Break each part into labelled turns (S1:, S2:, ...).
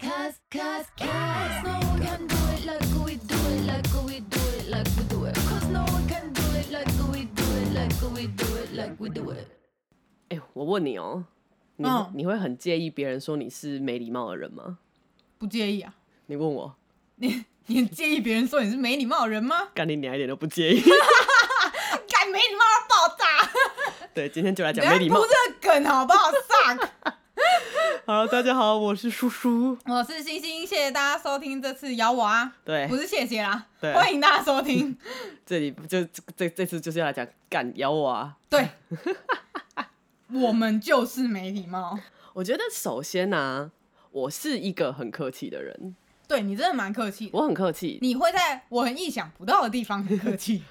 S1: Cause, cause no one can do it like we do it, like we do it, like we do it. Cause no one can do it like we do it, like we do it, like we do it.
S2: 哎、我问你哦、你、
S3: 嗯
S2: 你会很介意别人说你是没礼貌的人吗？
S3: 不介意啊？
S2: 你问我，
S3: 你 你很介意别人说你是没礼貌的人吗？
S2: 干你娘一点都不介意。
S3: 敢没礼貌到爆炸！
S2: 对，今天就来讲
S3: 人
S2: 没
S3: 家
S2: 礼貌
S3: 铺。这个梗 好不好？suck！
S2: 好，大家好，我是叔叔。
S3: 我是星星，谢谢大家收听这次咬我啊，
S2: 对
S3: 不，是谢谢啦，
S2: 对
S3: 欢迎大家收 听。
S2: 这里就这这这次就是要来讲干咬我啊。
S3: 对，我们就是没礼貌。
S2: 我觉得首先呢、啊我是一个很客气的人，
S3: 对你真的蛮客气的，
S2: 我很客气。
S3: 你会在我很意想不到的地方 很客气。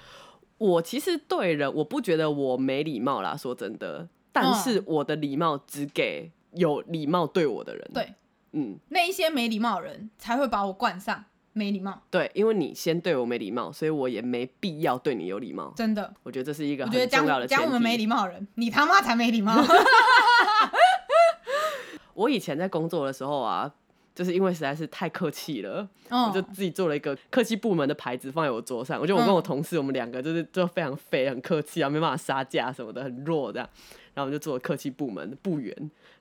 S2: 我其实对人，我不觉得我没礼貌啦，说真的，但
S3: 嗯
S2: 是我的礼貌只给有礼貌对我的人。，
S3: 对，
S2: 嗯，
S3: 那一些没礼貌的人才会把我冠上没礼貌，
S2: 对，因为你先对我没礼貌，所以我也没必要对你有礼貌。
S3: 真的。
S2: 我觉得这是一个
S3: 我
S2: 很
S3: 觉得
S2: 重要的前
S3: 讲讲
S2: 提。
S3: 我们没礼貌的人，你他妈才没礼貌。
S2: 我以前在工作的时候啊，就是因为实在是太客气了，我就
S3: 嗯，
S2: 自己做了一个客气部门的牌子放在我桌上。我觉得我跟
S3: 嗯
S2: 我同事，我们两个就是就非常肥，很客气啊，没办法杀价什么的，很弱这样。然后我们就做了客气部门部员。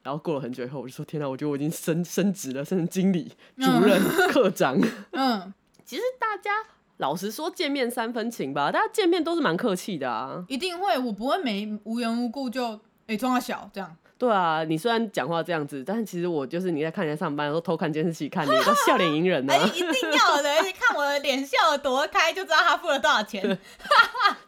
S2: 然后过了很久以后，我就说：“天哪，我觉得我已经升升职了，升成经理、主任、科长。
S3: 嗯，”
S2: 其实大家老实说，见面三分情吧，大家见面都是蛮客气的啊。
S3: 一定会，我不会没无缘无故就哎装、他小这样。
S2: 对啊，你虽然讲话这样子，但其实我就是你在看人家上班的时候偷看监视器看你，都笑脸迎人啊呢、
S3: 哎、一定要的，而 且看我的脸笑得多开，就知道他付了多少钱。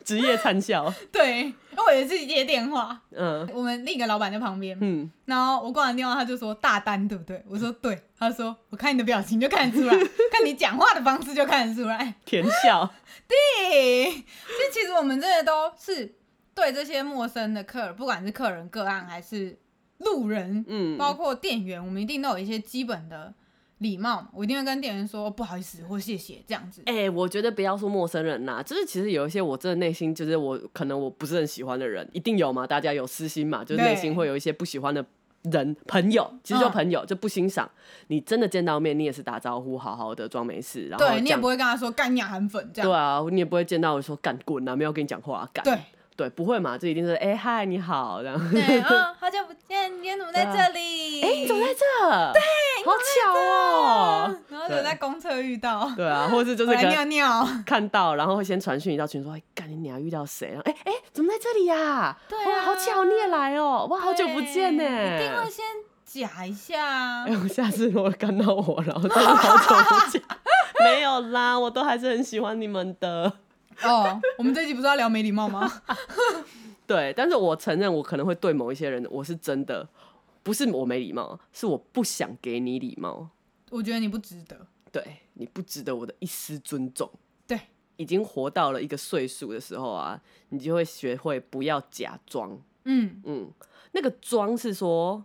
S2: 职业灿 笑。
S3: 对，我有一次接电话，
S2: 嗯
S3: 我们另一个老板在旁边，
S2: 嗯，
S3: 然后我挂完电话，他就说大单对不对？我说对，他说我看你的表情就看得出来，看你讲话的方式就看得出来。
S2: 甜笑。
S3: 对，就其实我们真的都是对这些陌生的客人，不管是客人个案还是路人，
S2: 嗯，
S3: 包括店员，我们一定都有一些基本的礼貌嘛。我一定会跟店员说、哦不好意思或谢谢这样子。
S2: 哎、我觉得不要说陌生人啦，就是其实有一些我真的内心就是我可能我不是很喜欢的人，一定有嘛，大家有私心嘛，就是内心
S3: 对嗯
S2: 会有一些不喜欢的人朋友，其实就朋友、就不欣赏。你真的见到面，你也是打招呼，好好的装没事，然后
S3: 对你也
S2: 讲
S3: 不会跟他说干你韩粉这
S2: 对
S3: 样。
S2: 啊，你也不会见到我说干滚啊，没有跟你讲话、啊、干，
S3: 对
S2: 对，不会嘛，这一定是哎嗨、你好这 样，哎、
S3: 对，嗯，好久不见，你今天怎么在这里？
S2: 啊你怎么在这？对，好巧哦、
S3: 然后就在公厕遇到，
S2: 对啊，或是就
S3: 我
S2: 是
S3: 来
S2: 可能
S3: 尿尿。
S2: 看到，然后会先传讯一到群说，哎，干你娘遇到谁了？哎哎，怎么在这里呀、
S3: 对
S2: 哇，
S3: 啊
S2: 好巧你也来哦，哇，好久不见呢。
S3: 对一定会先假一 下啊
S2: 哎，。我下次如果看到我，然后真 的好久不见，没有啦，我都还是很喜欢你们的。
S3: 哦，我们这集不是要聊没礼貌吗？
S2: 对，但是我承认，我可能会对某一些人，我是真的不是我没礼貌，是我不想给你礼貌，
S3: 我觉得你不值得。
S2: 对你不值得我的一丝尊重。
S3: 对，
S2: 已经活到了一个岁数的时候啊，你就会学会不要假装。
S3: 嗯，
S2: 嗯，那个装是说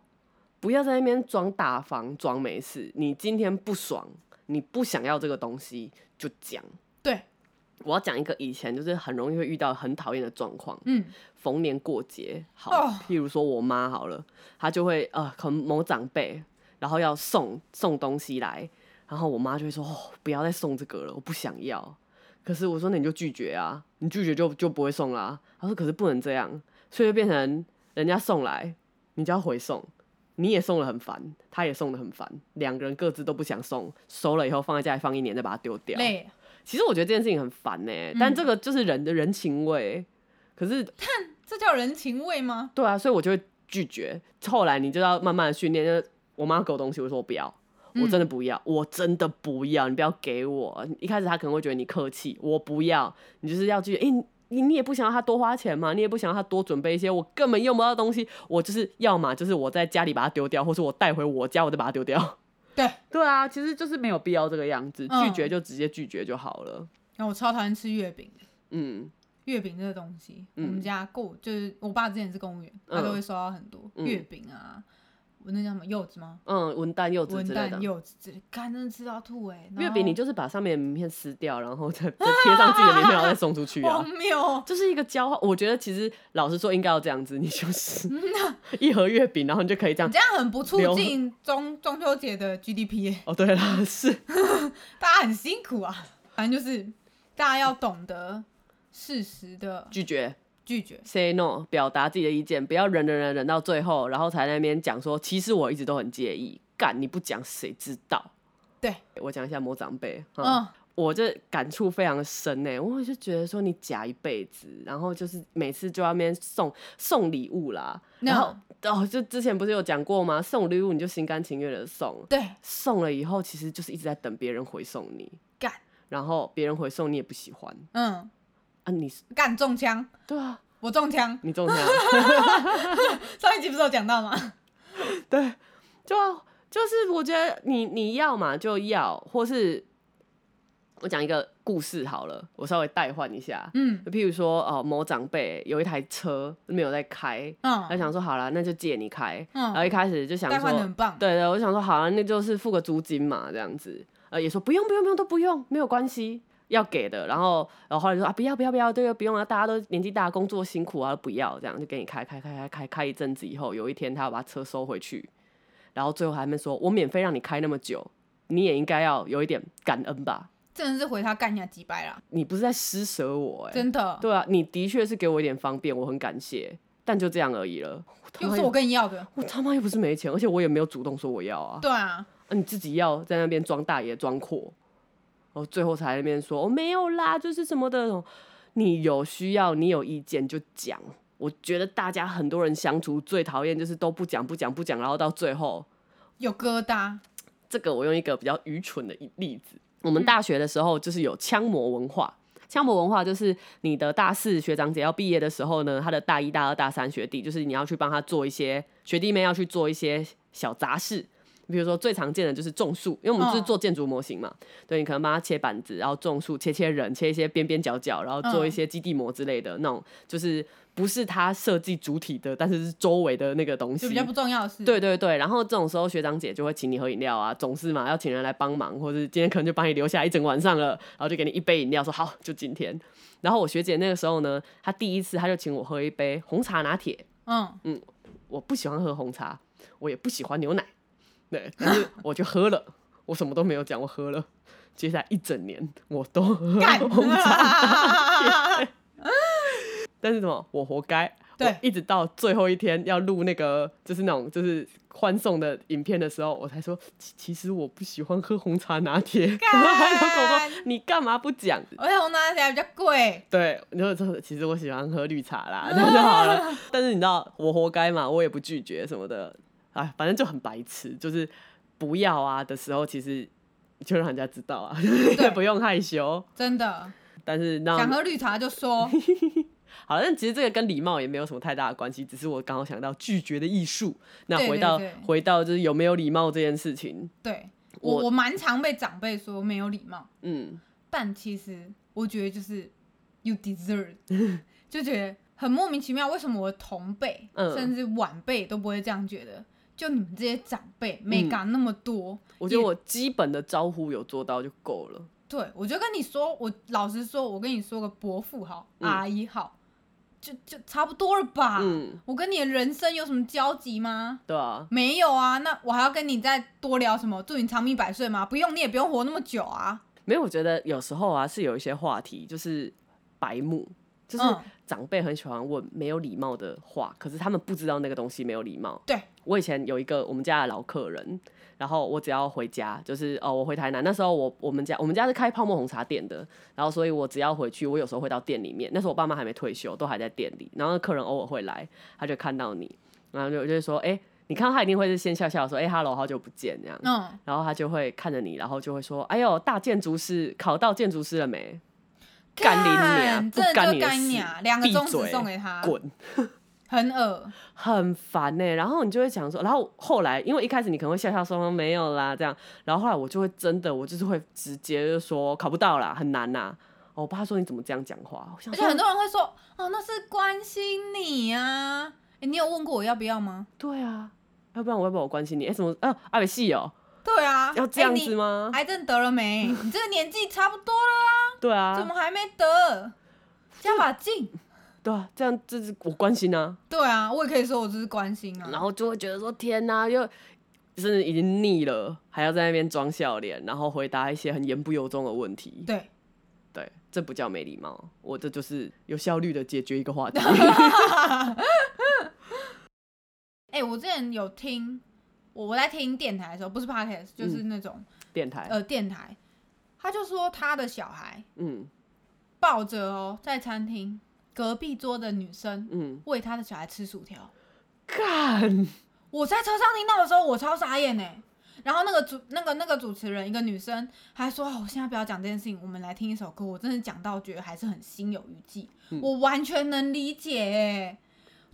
S2: 不要在那边装大方、装没事。你今天不爽，你不想要这个东西，就讲。
S3: 对，
S2: 我要讲一个以前就是很容易会遇到很讨厌的状况，
S3: 嗯，
S2: 逢年过节，好，
S3: 哦
S2: 譬如说我妈好了，她就会呃，可能某长辈，然后要送送东西来，然后我妈就会说哦，不要再送这个了，我不想要。可是我说那你就拒绝啊，你拒绝就就不会送啦。她说可是不能这样，所以就变成人家送来，你就要回送，你也送的很烦，她也送的很烦，两个人各自都不想送，收了以后放在家里放一年，再把它丢掉。
S3: 累。
S2: 其实我觉得这件事情很烦呢、欸但
S3: 嗯
S2: 这个就是人的人情味。可是
S3: 这叫人情味吗？
S2: 对啊，所以我就会拒绝。后来你就要慢慢地训练，就是我妈给我东西，我说我不要，我
S3: 嗯
S2: 真的不要，我真的不要，你不要给我。一开始她可能会觉得你客气，我不要，你就是要拒绝。诶，你你也不想要她多花钱嘛，你也不想要她多准备一些我根本用不到的东西，我就是要嘛，就是我在家里把它丢掉，或是我带回我家，我再把它丢掉。
S3: 对，
S2: 对啊，其实就是没有必要这个样子，拒
S3: 嗯
S2: 绝就直接拒绝就好了。
S3: 然后哦我超讨厌吃月饼的，
S2: 嗯
S3: 月饼这个东西，
S2: 嗯
S3: 我们家过就是我爸之前是公务员，他
S2: 嗯
S3: 都会收到很多
S2: 嗯
S3: 月饼啊。我那叫什么柚子吗？
S2: 嗯，文旦柚子
S3: 文
S2: 之类的
S3: 旦。柚子之类，干真的吃到吐哎、然
S2: 月饼，
S3: 后
S2: 你就是把上面的名片撕掉，然后再 再贴上自己的名片，然后再送出去啊
S3: 荒。谬，
S2: 就是一个交换，我觉得其实老实说应该要这样子，你就是 一盒月饼，然后你就可以这样
S3: 你 这。样很不促
S2: 流
S3: 进中中秋节的 GDP，、欸、
S2: 哦，对了，是
S3: 大家很辛苦啊。反正就是大家要懂得适时的
S2: 拒绝
S3: 拒绝，
S2: say no，表达自己的意见，不要忍忍忍忍到最后，然后才在那边讲说，其实我一直都很介意，干你不讲谁知道？
S3: 对，
S2: 我讲一下魔长辈，嗯，
S3: 嗯，
S2: 我这感触非常深呢、我就觉得说你假一辈子，然后就是每次就要那边送送礼物啦，然后哦，就之前不是有讲过吗？送礼物你就心甘情愿的送，
S3: 对，
S2: 送了以后其实就是一直在等别人回送你，
S3: 干，
S2: 然后别人回送你也不喜欢
S3: 嗯，
S2: 啊，你
S3: 干中枪，
S2: 对啊，
S3: 我中枪，
S2: 你中枪，
S3: 上一集不是有讲到吗？
S2: 对，就啊就是我觉得你你要嘛就要，或是我讲一个故事好了，我稍微代换一下，
S3: 嗯
S2: 譬如说哦、某长辈有一台车没有在开，他
S3: 嗯
S2: 想说好了，那就借你开，然后
S3: 嗯，
S2: 一开始就想
S3: 代换的
S2: 说
S3: 很，棒，
S2: 对对，我想说好了，那就是付个租金嘛，这样子，呃，也说不用不用不用都不用，没有关系。要给的，然后，然后后来就说啊，不要不要不要，对，不用啊，大家都年纪大，工作辛苦啊，不要这样，就给你开开开开开开一阵子以后，有一天他把车收回去，然后最后还没说，我免费让你开那么久，你也应该要有一点感恩吧，
S3: 真的是回他干人家几百啦，
S2: 你不是在施舍我、欸，
S3: 真的，
S2: 对啊，你的确是给我一点方便，我很感谢，但就这样而已了。我他哦
S3: 又
S2: 妈
S3: 是
S2: 又
S3: 我跟你要的，
S2: 我他妈又不是没钱，而且我也没有主动说我要啊，
S3: 对啊，
S2: 啊你自己要在那边装大爷装阔，然后最后才在那边说我、哦、没有啦，就是什么的。你有需要，你有意见就讲。我觉得大家很多人相处最讨厌就是都不讲不讲不讲，然后到最后
S3: 有疙瘩，
S2: 这个我用一个比较愚蠢的一例
S3: 嗯
S2: 子，我们大学的时候就是有枪模文化。枪模文化就是你的大四学长姐要毕业的时候呢，他的大一、大二、大三学弟，就是你要去帮他做一些学弟妹要去做一些小杂事，比如说最常见的就是种树，因为我们就是
S3: 嗯
S2: 做建筑模型嘛，对你可能帮他切板子，然后种树、切切人、切一些边边角角，然后做一
S3: 嗯
S2: 些基地模之类的那种，就是不是他设计主体的，但是是周围的那个东西，
S3: 就比较不重要的事，
S2: 对对对，然后这种时候学长姐就会请你喝饮料啊，总是嘛要请人来帮忙，或者今天可能就把你留下一整晚上了，然后就给你一杯饮料，说好就今天。然后我学姐那个时候呢，她第一次她就请我喝一杯红茶拿铁，
S3: 嗯，
S2: 我不喜欢喝红茶，我也不喜欢牛奶，对，但是我就喝了，我什么都没有讲，我喝了。接下来一整年我都喝
S3: 干
S2: 红茶，
S3: 茶，
S2: 但是什么我活该。
S3: 对
S2: 我一直到最后一天要录那个就是那种就是欢送的影片的时候，我才说其其实我不喜欢喝红茶拿铁。然后 他就跟我说你干嘛不讲？
S3: 而且红茶起来比较 贵，
S2: 对，你就说其实我喜欢喝绿茶啦，那就好了。但是你知道我活该嘛，我也不拒绝什么的，哎，反正就很白痴，就是不要啊的时候，其实就让人家知道啊， 不用害羞。
S3: 真的，
S2: 但是那
S3: 想喝绿茶 就说，
S2: 好，但其实这个跟礼貌也没有什么太大的关系，只是我刚好想到拒绝的艺术。那
S3: 对
S2: 回
S3: 对
S2: 到
S3: 对
S2: 回到就是有没有礼貌这件事情，
S3: 对我
S2: 我
S3: 我蛮常被长辈说没有礼貌，
S2: 嗯，
S3: 但其实我觉得就是 you deserve，就 觉得很莫名其妙，为什么我的同辈、
S2: 嗯
S3: 甚至晚辈都不会这样觉得？就你们这些长辈，
S2: 嗯
S3: 没敢那么多，
S2: 我觉得
S3: 也
S2: 我基本的招呼有做到就够了。
S3: 对我就跟你说，我老实说，我跟你说个伯父好，
S2: 嗯
S3: 阿姨好，就就差不多了吧。
S2: 嗯，
S3: 我跟你的人生有什么交集吗？
S2: 对啊，
S3: 没有啊，那我还要跟你再多聊什么？祝你长命百岁吗？不用，你也不用活那么久啊。
S2: 没有，我觉得有时候啊是有一些话题就是白目，就是
S3: 嗯
S2: 长辈很喜欢问没有礼貌的话，可是他们不知道那个东西没有礼貌。
S3: 对，
S2: 我以前有一个我们家的老客人，然后我只要回家，就是哦，我回台南那时候我我们家我们家是开泡沫红茶店的，然后所以我只要回去，我有时候会到店里面，那时候我爸妈还没退休，都还在店里，然后客人偶尔会来，他就看到你，然后就就会说，哎、你看到他一定会是先笑笑说，哎、h e l l o 好久不见这样，
S3: 嗯，
S2: 然后他就会看着你，然后就会说，哎呦，大建筑师考到建筑师了没？干你娘
S3: 干
S2: 不
S3: 真的
S2: 干
S3: 就
S2: 你的
S3: 干
S2: 事
S3: 你啊！两个
S2: 闭
S3: 中指
S2: 嘴
S3: 送给他，
S2: 滚！嗯
S3: 很恶，
S2: 很烦呢、然后你就会想说，然后后来因为一开始你可能会笑笑说哦没有啦这样，然后后来我就会真的我就是会直接就说考不到啦，很难呐、哦我爸说你怎么这样讲话？我想
S3: 而
S2: 说
S3: 且很多人会说，哦，那是关心你啊。诶你有问过我要不要吗？
S2: 对啊，要不然我要不要我关心你？哎、什么？啊，阿北戏哦，
S3: 对啊，
S2: 要这样
S3: 哎
S2: 子吗
S3: 你？癌症得了没？你这个年纪差不多了
S2: 对
S3: 啊，怎
S2: 啊，
S3: 么还没得？加把劲。
S2: 对啊，这样这是我关心啊，
S3: 对啊，我也可以说我只是关心啊。
S2: 然后就会觉得说天哪、又真的已经腻了，还要在那边装笑脸，然后回答一些很言不由衷的问题。
S3: 对，
S2: 对，这不叫没礼貌，我这就是有效率的解决一个 话题。
S3: 哎、我之前有听，我我在听电台的时候，不是 podcast，就是
S2: 嗯
S3: 那种、
S2: 电台，
S3: 呃电台，他就说他的小孩
S2: 嗯
S3: 抱着哦，在餐厅隔壁桌的女生
S2: 嗯，
S3: 喂他的小孩吃薯条。
S2: 干，
S3: 我在车上听到的时候，我超傻眼哎。然后那个主那个那个主持人一个女生还说：“哦，我现在不要讲这件事情，我们来听一首歌。”我真的讲到觉得还是很心有余悸，
S2: 嗯
S3: 我完全能理解哎，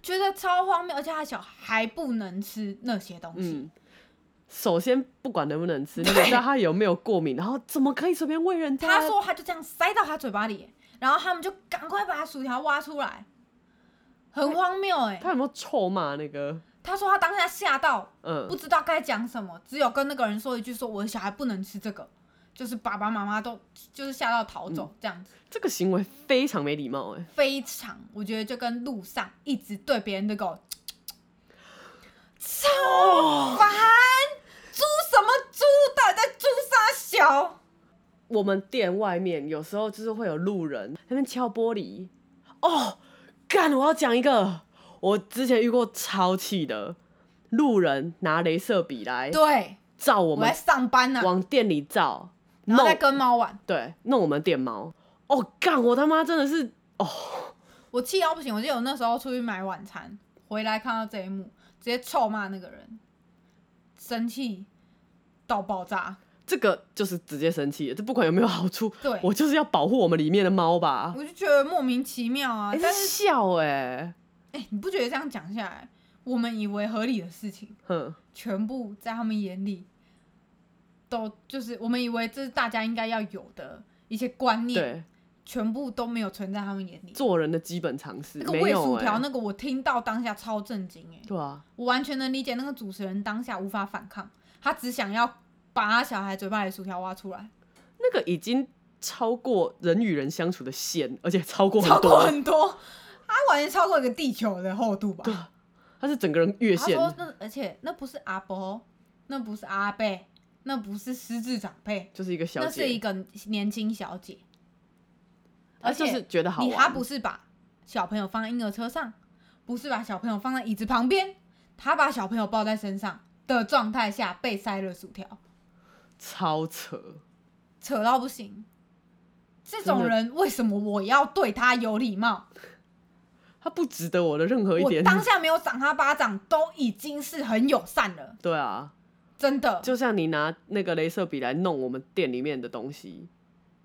S3: 觉得超荒谬，而且他小孩还不能吃那些东西。
S2: 嗯。首先，不管能不能吃，你不知道他有没有过敏，然后怎么可以随便喂人家？
S3: 他说他就这样塞到他嘴巴里，欸然后他们就赶快把薯条挖出来，很荒谬哎、
S2: 他有没有臭骂那个？
S3: 他说他当下吓到，
S2: 嗯，
S3: 不知道该讲什么，只有跟那个人说一句说我的小孩不能吃这个，就是爸爸妈妈都就是吓到逃
S2: 嗯
S3: 走这样子，
S2: 这个行为非常没礼貌哎、
S3: 非常我觉得就跟路上一直对别人的狗超烦，猪什么猪，到底在猪杀小？
S2: 我们店外面有时候就是会有路人在那边敲玻璃，哦，干！我要讲一个，我之前遇过超气的路人拿镭射笔来
S3: 对，
S2: 照哎我
S3: 我
S2: 们
S3: 在，上班呢、
S2: 往店里照，
S3: 然后
S2: 弄
S3: 在跟猫玩。
S2: 对弄我们店猫，哦，干！我他妈真的是哦，
S3: 我气到不行，我记得我那时候出去买晚餐，回来看到这一幕，直接臭骂那个人，生气到爆炸。
S2: 这个就是直接生气了，这不管有没有好处，
S3: 对，
S2: 我就是要保护我们里面的猫吧。
S3: 我就觉得莫名其妙啊。
S2: 啊哎、
S3: 但是，
S2: 笑哎、
S3: 哎、你不觉得这样讲下来，我们以为合理的事情，
S2: 哼，
S3: 全部在他们眼里都就是我们以为这是大家应该要有的一些观念，
S2: 对，
S3: 全部都没有存在他们眼里。
S2: 做人的基本常识
S3: 那个
S2: 没
S3: 喂
S2: 有
S3: 薯
S2: 哎、
S3: 条，那个我听到当下超震惊哎、
S2: 对啊，
S3: 我完全能理解那个主持人当下无法反抗，他只想要把他小孩嘴巴里的薯条挖出来，
S2: 那个已经超过人与人相处的线，而且超过
S3: 超
S2: 很
S3: 过
S2: 多，
S3: 很多，他完全超过一个地球的厚度吧。
S2: 他是整个人越
S3: 他
S2: 线。
S3: 说那而且那不是阿伯，哦那不是阿贝，那不是失智长辈，
S2: 就是一个小
S3: 那是一
S2: 姐，
S3: 个年轻小姐，
S2: 她
S3: 而
S2: 就
S3: 且
S2: 是觉得好
S3: 你他
S2: 玩，
S3: 不是把小朋友放在婴儿车上，不是把小朋友放在椅子旁边，他把小朋友抱在身上的状态下被塞了薯条。
S2: 超扯。
S3: 扯到不行。这种人为什么我要对他有礼貌？
S2: 他不值得我的任何一
S3: 我
S2: 点。
S3: 当下没有赏他巴掌，都已经是很友善了，
S2: 对啊，
S3: 真的
S2: 就像你拿那个镭射笔来弄我们店里面的东西，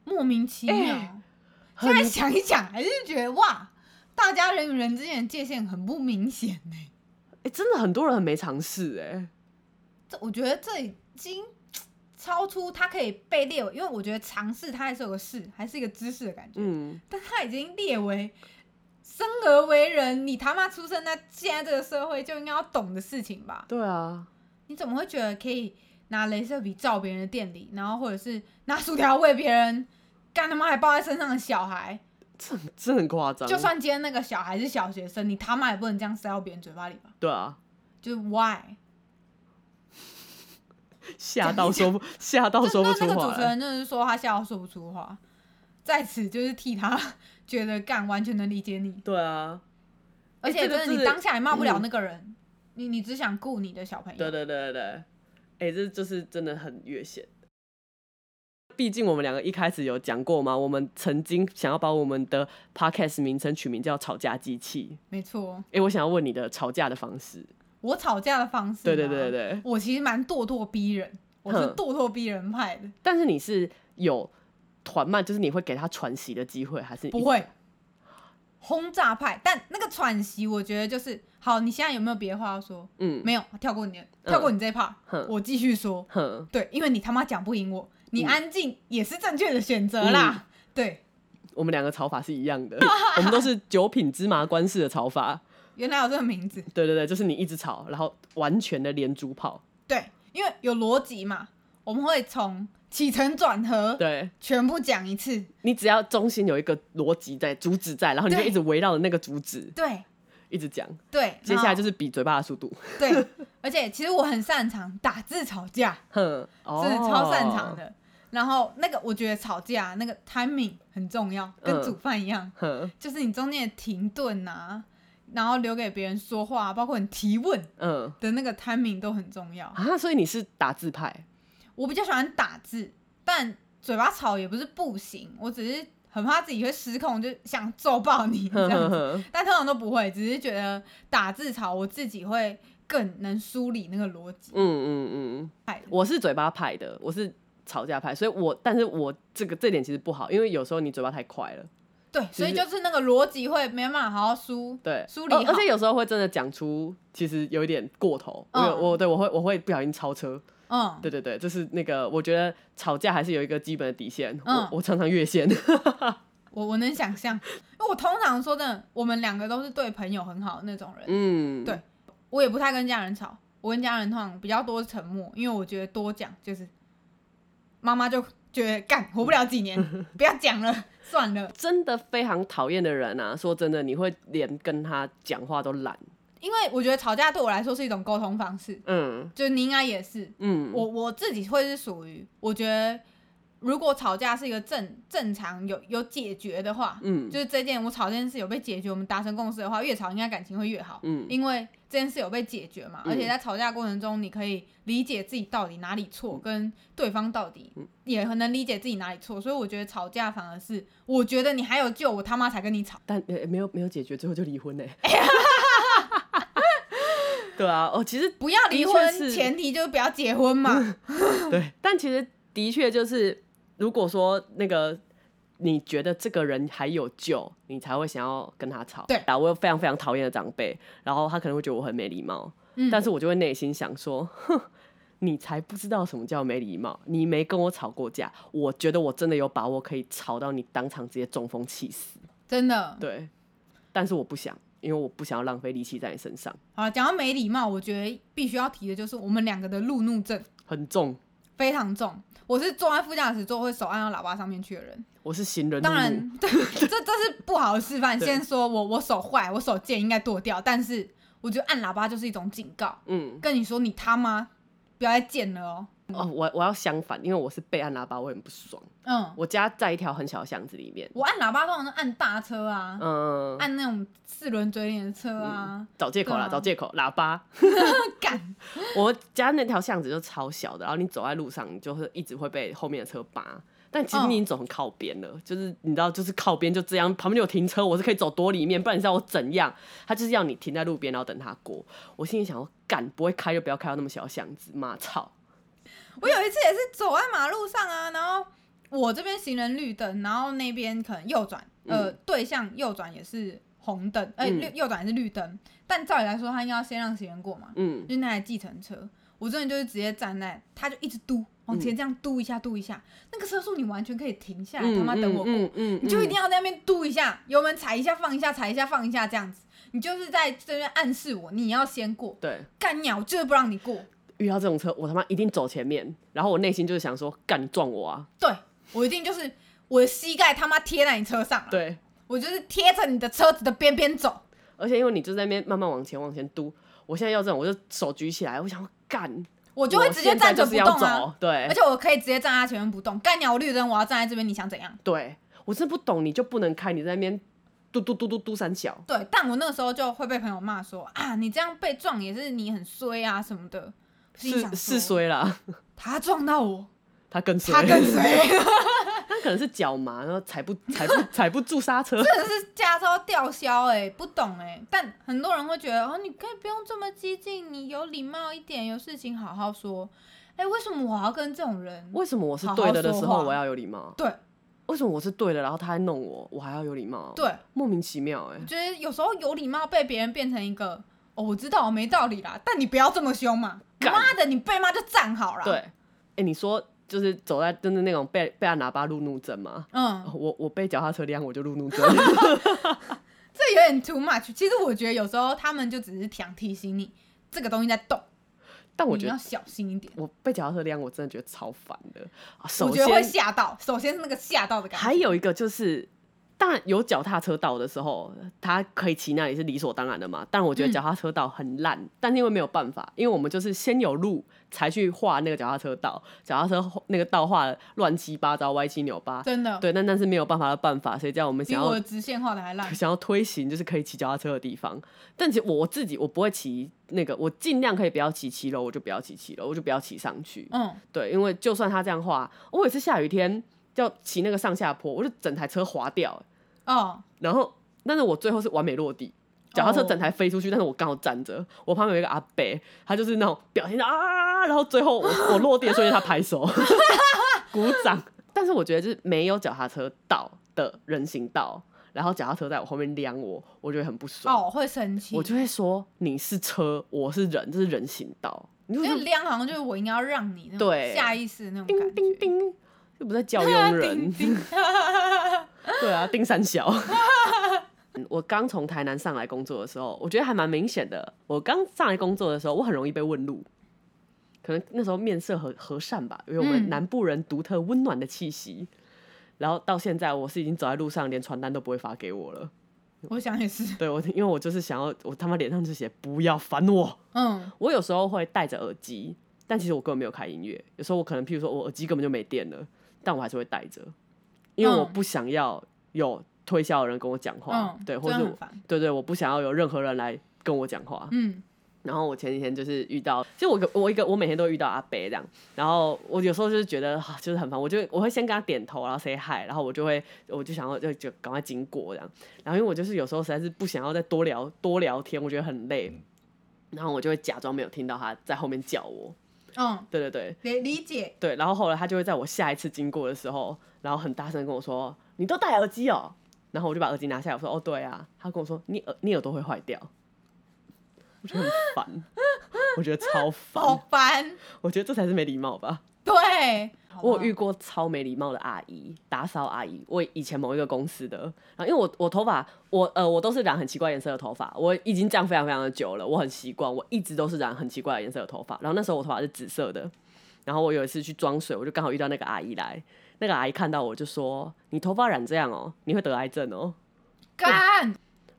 S3: 莫名其妙。
S2: 哎
S3: 现
S2: 很
S3: 在想一想，还是觉得哇，大家人与人之间的界限很不明显呢、
S2: 哎、真的很多人很没尝试哎。
S3: 这我觉得这已经超出他可以被列为，因为我觉得尝试它还是有个试，还是一个知识的感觉。
S2: 嗯，
S3: 但他已经列为生而为人，你他妈出生在现在这个社会就应该要懂的事情吧？
S2: 对啊，
S3: 你怎么会觉得可以拿镭射笔照别人的店里，然后或者是拿薯条喂别人，干他妈还抱在身上的小孩？
S2: 这很这很夸张。
S3: 就算今天那个小孩是小学生，你他妈也不能这样塞到别人嘴巴里吧？
S2: 对啊，
S3: 就是 why？
S2: 吓到说不吓到
S3: 就
S2: 哦说不
S3: 那
S2: 出
S3: 那个
S2: 话
S3: 主持
S2: 来。
S3: 人真的是说他笑到说不出话，在此就是替他 觉得干完全能理解你，
S2: 对啊，
S3: 而且
S2: 这个
S3: 真的
S2: 真
S3: 你
S2: 的
S3: 当下也骂不了那个人，你你只想顾你的小朋友。
S2: 对对对对对，哎、这就是真的很越线。毕竟我们两个一开始有讲过嘛，我们曾经想要把我们的 podcast 名称取名叫“吵架机器
S3: 没错”。，
S2: 哎、我想要问你的吵架的方式。
S3: 我吵架的方式。啊
S2: 对对对对，对，
S3: 我其实蛮咄咄逼人，我是
S2: 哼
S3: 咄咄逼人派的，
S2: 但是你是有团慢，就是你会给他喘息的机会，还是
S3: 不？会轰炸派。但那个喘息，我觉得就是好。你现在有没有别的话要说？
S2: 嗯，
S3: 没有，跳过你的，
S2: 嗯
S3: 跳过你这一 part，、
S2: 哼
S3: 我继续说。
S2: 哼，
S3: 对，因为你他妈讲不赢我，你
S2: 嗯
S3: 安静也是正确的选择啦。对，
S2: 我们两个吵法是一样的，我们都是九品芝麻官式的吵法。
S3: 原来有这个名字，
S2: 对对对，就是你一直吵，然后完全的连珠炮，
S3: 对，因为有逻辑嘛，我们会从起承转合
S2: 对
S3: 全部讲一次，
S2: 你只要中心有一个逻辑在主旨在，然后你就
S3: 对
S2: 一直围绕着那个主旨
S3: 对
S2: 一直讲，
S3: 对，
S2: 接下来就是是比嘴巴的速度，
S3: 对，而且其实我很擅长打字吵架，
S2: 哼，
S3: 真
S2: 哦，
S3: 的超擅长，的。然后那个我觉得吵架那个 timing 很重要，跟
S2: 嗯
S3: 煮饭一样，
S2: 哼，
S3: 就是你中间的停顿啊，然后留给别人说话、包括你提问
S2: 嗯
S3: 的那个 timing 都很重要。
S2: 啊，所以你是打字派，
S3: 我比较喜欢打字，但嘴巴吵也不是不行，我只是很怕自己会失控，就想揍爆你这
S2: 哼哼
S3: 样 子。
S2: 哼，
S3: 但通常都不会，只是觉得打字吵我自己会更能梳理那个逻辑
S2: 嗯。嗯嗯，
S3: 派的
S2: 我是嘴巴派的，我是吵架派，所以我但是我这个这点其实不好，因为有时候你嘴巴太快了，
S3: 对，所以
S2: 其实
S3: 就是那个逻辑会没办法好好梳。
S2: 对，
S3: 梳理
S2: 哦
S3: 好
S2: 而且有时候会真的讲出其实有一点过头，我有
S3: 嗯
S2: 我对我会我会不小心超车，
S3: 嗯，
S2: 对对对，就是那个我觉得吵架还是有一个基本的底线，
S3: 嗯
S2: 我我常常越线，
S3: 我我能想象，因为我通常说真的，我们两个都是对朋友很好的那种人，
S2: 嗯，
S3: 对我也不太跟家人吵，我跟家人通常比较多沉默，因为我觉得多讲就是妈妈就觉得干活不了 几年，不要讲了，算了，
S2: 真的非常讨厌的人啊，说真的，你会连跟他讲话都懒，
S3: 因为我觉得吵架对我来说是一种沟通方式，
S2: 嗯
S3: 就是你应该也是，
S2: 嗯，
S3: 我我自己会是属于，我觉得如果吵架是一个正正常有有解决的话，
S2: 嗯
S3: 就是这件我吵这件事有被解决，我们达成共识的话，越吵应该感情会越好，
S2: 嗯
S3: 因为这件事有被解决嘛，
S2: 嗯
S3: 而且在吵架过程中，你可以理解自己到底哪里错，跟对方到底也很能理解自己哪里错，所以我觉得吵架反而是，我觉得你还有救，我他妈才跟你吵，
S2: 但、呃没有没有解决，最后就离 婚呢、对啊，哦，其实
S3: 不要离
S2: 的确
S3: 婚，
S2: 是
S3: 前提就是不要结婚嘛，
S2: 对，但其实的确就是，如果说那个你觉得这个人还有救，你才会想要跟他吵。
S3: 对
S2: 啊，我有非常非常讨厌的长辈，然后他可能会觉得我很没礼貌，
S3: 嗯
S2: 但是我就会内心想说， 哼。你才不知道什么叫没礼貌！你没跟我吵过架，我觉得我真的有把握可以吵到你当场直接中风气死。
S3: 真的。
S2: 对，但是我不想，因为我不想要浪费力气在你身上，
S3: 好，讲到没礼貌，我觉得必须要提的就是我们两个的路怒症
S2: 很重。
S3: 非常重。我是坐在副驾驶座会手按到喇叭上面去的人，
S2: 我是行人路怒，
S3: 当然， 对，这这是不好的示范。
S2: 对
S3: 先说我我手坏，我手贱应该剁掉，但是我觉得按喇叭就是一种警告，
S2: 嗯，
S3: 跟你说你他妈不要再贱了哦。
S2: 哦，我我要相反，因为我是被按喇叭，我很不爽。
S3: 嗯，
S2: 我家在一条很小的巷子里面，
S3: 我按喇叭通常是按大车啊，
S2: 嗯，
S3: 按那种四轮嘴脸的车啊，
S2: 找借口啦，
S3: 对啊
S2: 找借口，喇叭。 嗯
S3: 干，
S2: 我家那条巷子就超小的，然后你走在路上，你就是一直会被后面的车扒。但其实
S3: 嗯
S2: 你已经走很靠边了，就是你知道，就是靠边就这样，旁边有停车，我是可以走多里面，不然你知道我怎样？他就是要你停在路边，然后等他过。我心里想说，干不会开就不要开到那么小的巷子，妈操！
S3: 我有一次也是走在马路上啊，然后我这边行人绿灯，然后那边可能右转，呃，对向右转也是红灯，哎、
S2: 嗯
S3: 绿右转也是绿灯，但照理来说他应该要先让行人过嘛，
S2: 嗯
S3: 就是那台计程车，我真的就是直接站在，他就一直嘟往
S2: 嗯
S3: 前这样嘟一下嘟一下，那个车速你完全可以停下啊来，他妈等我过，
S2: 嗯嗯，
S3: 你就一定
S2: 要
S3: 要在那边嘟一下，油门踩一下放一下，踩一下放一下这样子，你就是在这边暗示我你要先过，
S2: 对。
S3: 干鸟就是不让你过，
S2: 遇到这种车，我他妈一定走前面，然后我内心就是想说，干撞我啊！
S3: 对我一定就是我的膝盖他妈贴在你车上了，啊
S2: 对，
S3: 我就是贴着你的车子的边边走，
S2: 而且因为你就在那边慢慢往前往前嘟，我现在要这种，我就手举起来，我想要干，
S3: 我
S2: 我
S3: 就会直接
S2: 现在
S3: 站着
S2: 就
S3: 不
S2: 是要
S3: 动啊，
S2: 走，对
S3: 而，且我可以直接站在他前面不动，干鸟绿灯我要站在这边，你想怎样？
S2: 对我真不懂，你就不能开，你在那边嘟嘟嘟嘟嘟三小，
S3: 对，但我那个时候就会被朋友骂说啊，你这样被撞也是你很衰啊什么的。我心里想
S2: 是是
S3: 说，
S2: 衰啦，
S3: 他撞到我，
S2: 他更衰，
S3: 他跟谁？
S2: 他可能是脚麻，然后踩不踩不 踩不住刹车，
S3: 真的是驾照吊销哎、不懂哎、但很多人会觉得哦，你可以不用这么激进，你有礼貌一点，有事情好好说。哎、为什么我要跟这种人？
S2: 为什么我是
S3: 好好
S2: 对的的时
S3: 说话
S2: 候我要有礼貌？
S3: 对
S2: 为什么我是对的，然后他还弄我，我还要有礼貌？，
S3: 对，
S2: 莫名其妙哎、
S3: 我觉得有时候有礼貌被别人变成一个哦，我知道我没道理啦，但你不要这么凶嘛！
S2: 干
S3: 妈的，你被骂就站好了。
S2: 对，，哎、你说就是走在真的那种被被按喇叭路怒症吗？
S3: 嗯，
S2: 我我被脚踏车辆我就路怒症，
S3: 这有点 too much。其实我觉得有时候他们就只是想提醒你这个东西在动，
S2: 但我
S3: 你
S2: 觉
S3: 要
S2: 得
S3: 小心一点。
S2: 我被脚踏车辆，我真的觉得超烦的。啊
S3: 我
S2: 首
S3: 觉得会
S2: 先
S3: 吓到，首先是那个吓到的感觉。
S2: 还有一个就是，当然有脚踏车道的时候，他可以骑那里是理所当然的嘛。但我觉得
S3: 嗯
S2: 脚踏车道很烂，但是因为没有办法，因为我们就是先有路才去画那个脚踏车道，脚踏车那个道画得乱七八糟、歪七扭八。
S3: 真的，
S2: 对，但但是没有办法的办法，谁叫我们
S3: 比
S2: 想
S3: 我
S2: 要
S3: 的直线画的还烂。
S2: 想要推行就是可以骑脚踏车的地方。但其实我自己我不会骑那个，我尽量可以不要骑骑楼，我就不要骑骑楼，我就不要骑上去。
S3: 嗯，
S2: 对，因为就算他这样画，我有一次下雨天要骑那个上下坡，我就整台车滑掉、欸
S3: 哦，
S2: 然后但是我最后是完美落地。脚踏车
S3: 哦
S2: 整台飞出去但是我刚好站着，我旁边有一个阿伯，他就是那种表现啊，然后最后我我落地的瞬间他拍手， 鼓掌。但是我觉得就是没有脚踏车道的人行道，然后脚踏车在我后面撩我，我觉得很不爽，
S3: 哦，会生气。
S2: 我就会说你是车，我是人，这是人行道，你就
S3: 因为
S2: 是
S3: 量好像就是我应该要让你那种
S2: 对
S3: 下意识那种感
S2: 叮
S3: 觉。
S2: 叮
S3: 啊
S2: 叮，又不在教佣人
S3: 叮。叮
S2: 对啊，丁三小。嗯我刚从台南上来工作的时候，我觉得还蛮明显的。我刚上来工作的时候，我很容易被问路，可能那时候面色和和善吧，因为我们
S3: 嗯
S2: 南部人独特温暖的气息。然后到现在，我是已经走在路上，连传单都不会发给我了。
S3: 我想也是。
S2: 对我，因为我就是想要，我他妈脸上就写不要烦我。
S3: 嗯，
S2: 我有时候会戴着耳机，但其实我根本没有开音乐。有时候我可能，譬如说我耳机根本就没电了，但我还是会戴着，因为我
S3: 嗯
S2: 不想要有推销的人跟我讲话，
S3: 嗯，
S2: 对，
S3: 真
S2: 或
S3: 的
S2: 者
S3: 很烦。
S2: 对对，我不想要有任何人来跟我讲话。
S3: 嗯，
S2: 然后我前几天就是遇到，其实我个我一个我每天都会遇到阿北这样，然后我有时候就是觉得、啊、就是很烦，我就我会先跟他点头，然后 say hi，然后我就会我就想要就就赶快经过这样，然后因为我就是有时候实在是不想要再多聊多聊天，我觉得很累，然后我就会假装没有听到他在后面叫我，
S3: 嗯，
S2: 对对对
S3: 理理解。
S2: 对，然后后来他就会在我下一次经过的时候，然后很大声地跟我说：“你都戴耳机哦。”然后我就把耳机拿下来，我说：“哦，对啊。”他跟我说：“你耳你耳朵会坏掉。”我觉得很烦，我觉得超
S3: 好
S2: 烦，
S3: 烦。
S2: 我觉得这才是没礼貌吧。
S3: 对，
S2: 我有遇过超没礼貌的阿姨，打扫阿姨。我以前某一个公司的，然后因为我我头发，我呃我都是染很奇怪颜色的头发，我已经这样非常非常的久了，我很习惯，我一直都是染很奇怪的颜色的头发。然后那时候我头发是紫色的，然后我有一次去装水，我就刚好遇到那个阿姨来，那个阿姨看到我就说：“你头发染这样哦、你会得癌症哦、
S3: 干，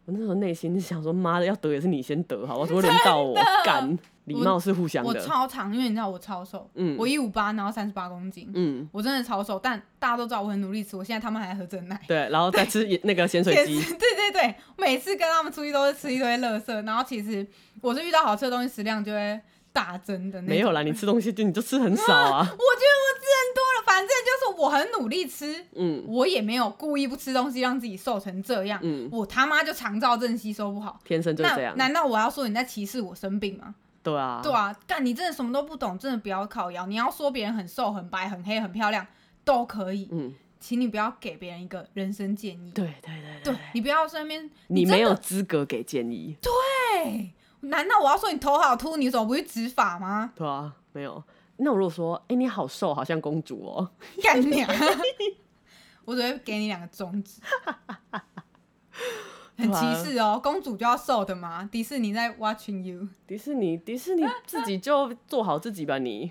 S2: 我那时候内心是想说：“妈的，要得也是你先得好，我怎么轮到我干？礼貌是互相
S3: 我
S2: 的。
S3: 超长，因为你知道我超瘦，
S2: 嗯
S3: 我一五八，然后三十八公斤，
S2: 嗯，
S3: 我真的超瘦，但大家都知道我很努力吃，我现在他们还喝真奶。
S2: 对，然后再吃那个咸 水
S3: 也
S2: 鸡，
S3: 是， 对对对，每次跟他们出去都是吃一堆垃圾，然后其实我是遇到好吃的东西食量就会大增的那种。
S2: 没有啦，你吃东西就你就吃很少 啊。
S3: 我觉得我吃很多了，反正就是我很努力吃，
S2: 嗯，
S3: 我也没有故意不吃东西让自己瘦成这样，
S2: 嗯
S3: 我他妈就肠燥症吸收不好。
S2: 天生就是这
S3: 那
S2: 样。
S3: 难道我要说你在歧视我生病吗？
S2: 对啊，
S3: 对啊，但你真的什么都不懂，真的不要靠腰。你要说别人很瘦、很白、很黑、很漂亮都可以，
S2: 嗯，
S3: 请你不要给别人一个人生建议。
S2: 对对对
S3: 对，你不要在那边，
S2: 你
S3: 真
S2: 没有
S3: 的
S2: 资格给建议。
S3: 对。难道我要说你头好秃，你怎么不去植发吗？
S2: 对啊，没有。那我如果说，哎、你好瘦，好像公主哦、
S3: 干你 娘！我只会给你两个中指，很歧
S2: 啊
S3: 视哦。公主就要瘦的嘛，迪士尼在 watching you。
S2: 迪士尼，迪士尼自己就做好自己吧你，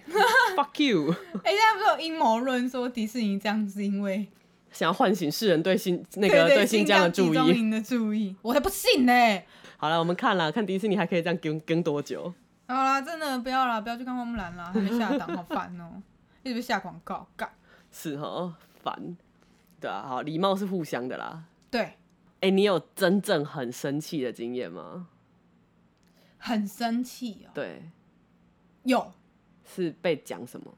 S2: fuck you。
S3: 哎、现在不是有阴谋论说迪士尼这样是因为
S2: 想要唤醒世人对新那个
S3: 对
S2: 新
S3: 新
S2: 疆的
S3: 集
S2: 注
S3: 中
S2: 意。
S3: 营的注意，我才不信呢、
S2: 好了，我们看了，看迪士尼还可以这样跟跟多久？
S3: 好啦，真的不要啦，不要去看花木兰啦，还没下 档，好烦哦、一直被下广告，干。
S2: 是哦，烦。对啊，好，礼貌是互相的啦。
S3: 对，
S2: 哎、你有真正很生气的经验吗？
S3: 很生气哦、
S2: 对，
S3: 有，
S2: 是被讲什么？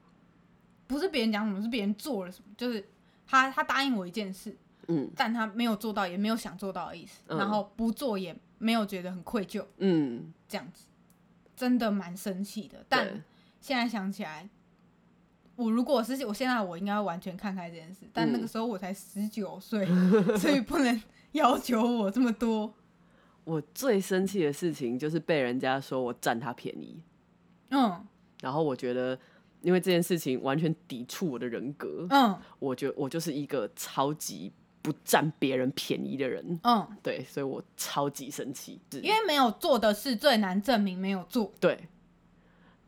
S3: 不是别人讲什么，是别人做了什么，就是他他答应我一件事，
S2: 嗯
S3: 但他没有做到，也没有想做到的意思，
S2: 嗯
S3: 然后不做也没有觉得很愧疚，
S2: 嗯，
S3: 这样子，真的蛮生气的。
S2: 对
S3: 但现在想起来，我如果是我现在，我应该完全看开这件事，但
S2: 嗯
S3: 那个时候我才十九岁，所以不能要求我这么多。
S2: 我最生气的事情就是被人家说我占他便宜，
S3: 嗯
S2: 然后我觉得，因为这件事情完全抵触我的人格，
S3: 嗯，
S2: 我觉我就是一个超级不占别人便宜的人。
S3: 嗯，
S2: 对，所以我超级生气，是
S3: 因为没有做的事最难证明没有做。
S2: 对。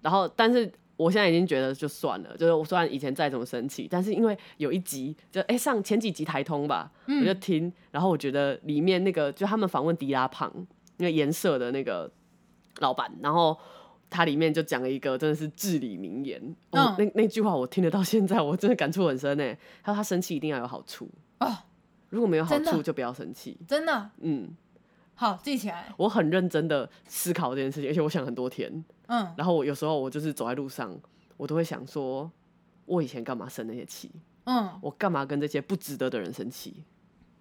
S2: 然后，但是我现在已经觉得就算了，就是我虽然以前再怎么生气，但是因为有一集就哎、诶上前几集台通吧，我
S3: 嗯
S2: 就听，然后我觉得里面那个就他们访问迪拉胖那个颜色的那个老板，然后。他里面就讲了一个真的是至理名言，哦、那
S3: 嗯
S2: 那句话我听得到现在，我真的感触很深呢。他说他生气一定要有好处，
S3: 哦，
S2: 如果没有好
S3: 真的
S2: 处就不要生气。
S3: 真的
S2: 嗯，
S3: 好记起来。
S2: 我很认真的思考这件事情，而且我想很多天。
S3: 嗯，
S2: 然后我有时候我就是走在路上，我都会想说，我以前干嘛生那些气？
S3: 嗯，
S2: 我干嘛跟这些不值得的人生气？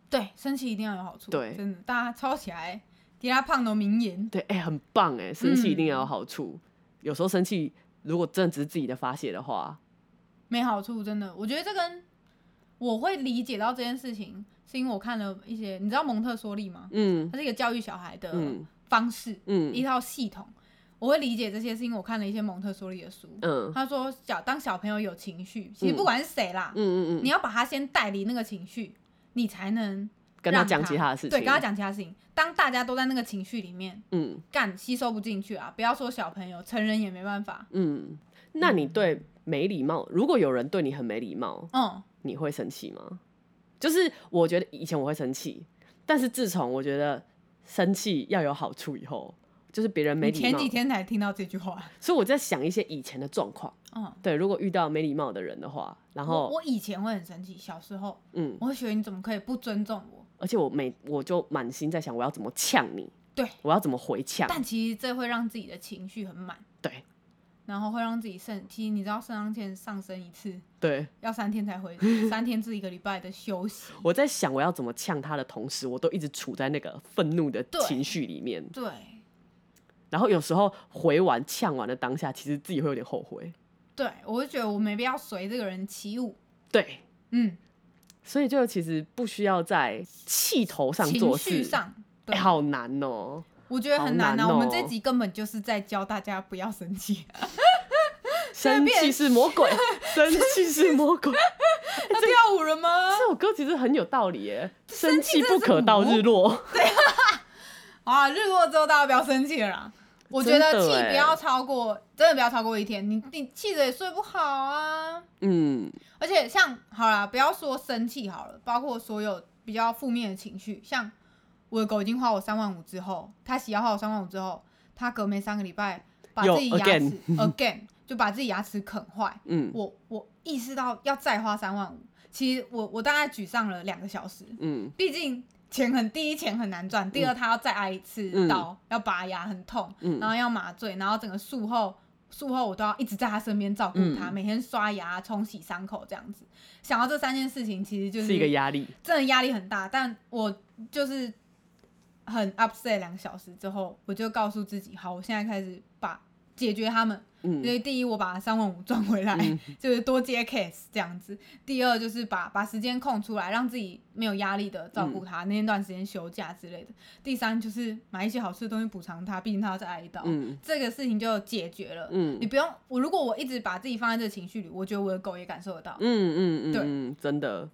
S3: 对，生气一定要有好处。
S2: 对
S3: 真的，大家抄起来，迪拉胖的名言。
S2: 对，哎、很棒哎、生气一定要有好处。有时候生气，如果真的只是自己的发泄的话，
S3: 没好处，真的。我觉得这跟我会理解到这件事情，是因为我看了一些，你知道蒙特梭利吗？
S2: 嗯
S3: 它是一个教育小孩的
S2: 嗯
S3: 方式，一
S2: 嗯
S3: 套系统。我会理解这些，是因为我看了一些蒙特梭利的书。
S2: 嗯
S3: 他说小当小朋友有情绪，其实
S2: 嗯
S3: 不管是谁啦，
S2: 嗯嗯
S3: 你
S2: 嗯，
S3: 要把他先带离那个情绪，你才能
S2: 跟他
S3: 让
S2: 讲其他的事情，
S3: 对，跟他，讲其他事情。当大家都在那个情绪里面，
S2: 嗯
S3: 干吸收不进去啊！不要说小朋友，成人也没办法。
S2: 嗯。那你对没礼貌，如果有人对你很没礼貌，
S3: 嗯，
S2: 你会生气吗？就是我觉得以前我会生气，但是自从我觉得生气要有好处以后，就是别人没
S3: 你
S2: 礼
S3: 前
S2: 貌
S3: 几，天才听到这句话。
S2: 所以我在想一些以前的状况。
S3: 嗯，
S2: 对，如果遇到没礼貌的人的话，然
S3: 我
S2: 后
S3: 我以前会很生气，小时候
S2: 嗯，
S3: 我会觉得你怎么可以不尊重我？
S2: 而且我每我就满心在想我要怎么呛你，
S3: 对，
S2: 我要怎么回呛，
S3: 但其实这会让自己的情绪很满，
S2: 对
S3: 然后会让自己肾，其实你知道肾上腺上升一次
S2: 对，
S3: 要三天才回， 三天至一个礼拜的休息。
S2: 我在想我要怎么呛他的同时，我都一直处在那个愤怒的
S3: 对
S2: 情绪里面，
S3: 对
S2: 然后有时候回完呛完的当下，其实自己会有点后悔，
S3: 对，我就觉得我没必要随这个人起舞。
S2: 对，
S3: 嗯，
S2: 所以就其实不需要在气头上
S3: 情
S2: 做
S3: 绪
S2: 事，
S3: 上，
S2: 哎
S3: 对，
S2: 好难哦、
S3: 我觉得很难啊。
S2: 好难哦
S3: 我们这集根本就是在教大家不要 生气，
S2: 生气是魔 鬼，生气是魔鬼。
S3: 要跳舞了吗？
S2: 这首歌其实很有道理耶，生
S3: 气
S2: 气
S3: 真的
S2: 不
S3: 是
S2: 可到
S3: 魔
S2: 日落。
S3: 啊，日落之后大家不要生气了啦。我觉得
S2: 真的
S3: 气
S2: 欸
S3: 不要超过，真的不要超过一天。你你气着也睡不好啊。
S2: 嗯
S3: 而且像好啦，不要说生气好了，包括所有比较负面的情绪，像我的狗已经花我三万五之后，它洗要花我三万五之后，它隔没三个礼拜把
S2: 又
S3: 自己牙齿
S2: again
S3: again 就把自己牙齿啃坏。
S2: 嗯
S3: 我我意识到要再花三万五，其实我我大概沮丧了两个小时，
S2: 嗯
S3: 毕竟钱很第一钱很难赚，第二他要再挨一次刀，要拔牙很痛，
S2: 嗯
S3: 然后要麻醉，然后整个术后术后我都要一直在他身边照顾他，
S2: 嗯
S3: 每天刷牙、冲洗伤口这样子。想到这三件事情，其实就是
S2: 一个压力。
S3: 真的压力很大，但我就是很 upset 两个小时之后，我就告诉自己，好，我现在开始把解决他们。因
S2: 嗯
S3: 为第一，我把三万五赚回来，
S2: 嗯
S3: 就是多接 case 这样子；第二，就是把把时间空出来，让自己没有压力的照
S2: 嗯
S3: 顾他，那段时间休假之类的；第三，就是买一些好吃的东西补偿他，毕竟他要再挨一刀。
S2: 嗯
S3: 这个事情就解决了。
S2: 嗯
S3: 你不用我，如果我一直把自己放在这个情绪里，我觉得我的狗也感受得到。
S2: 嗯 嗯嗯
S3: 对
S2: 嗯，真的。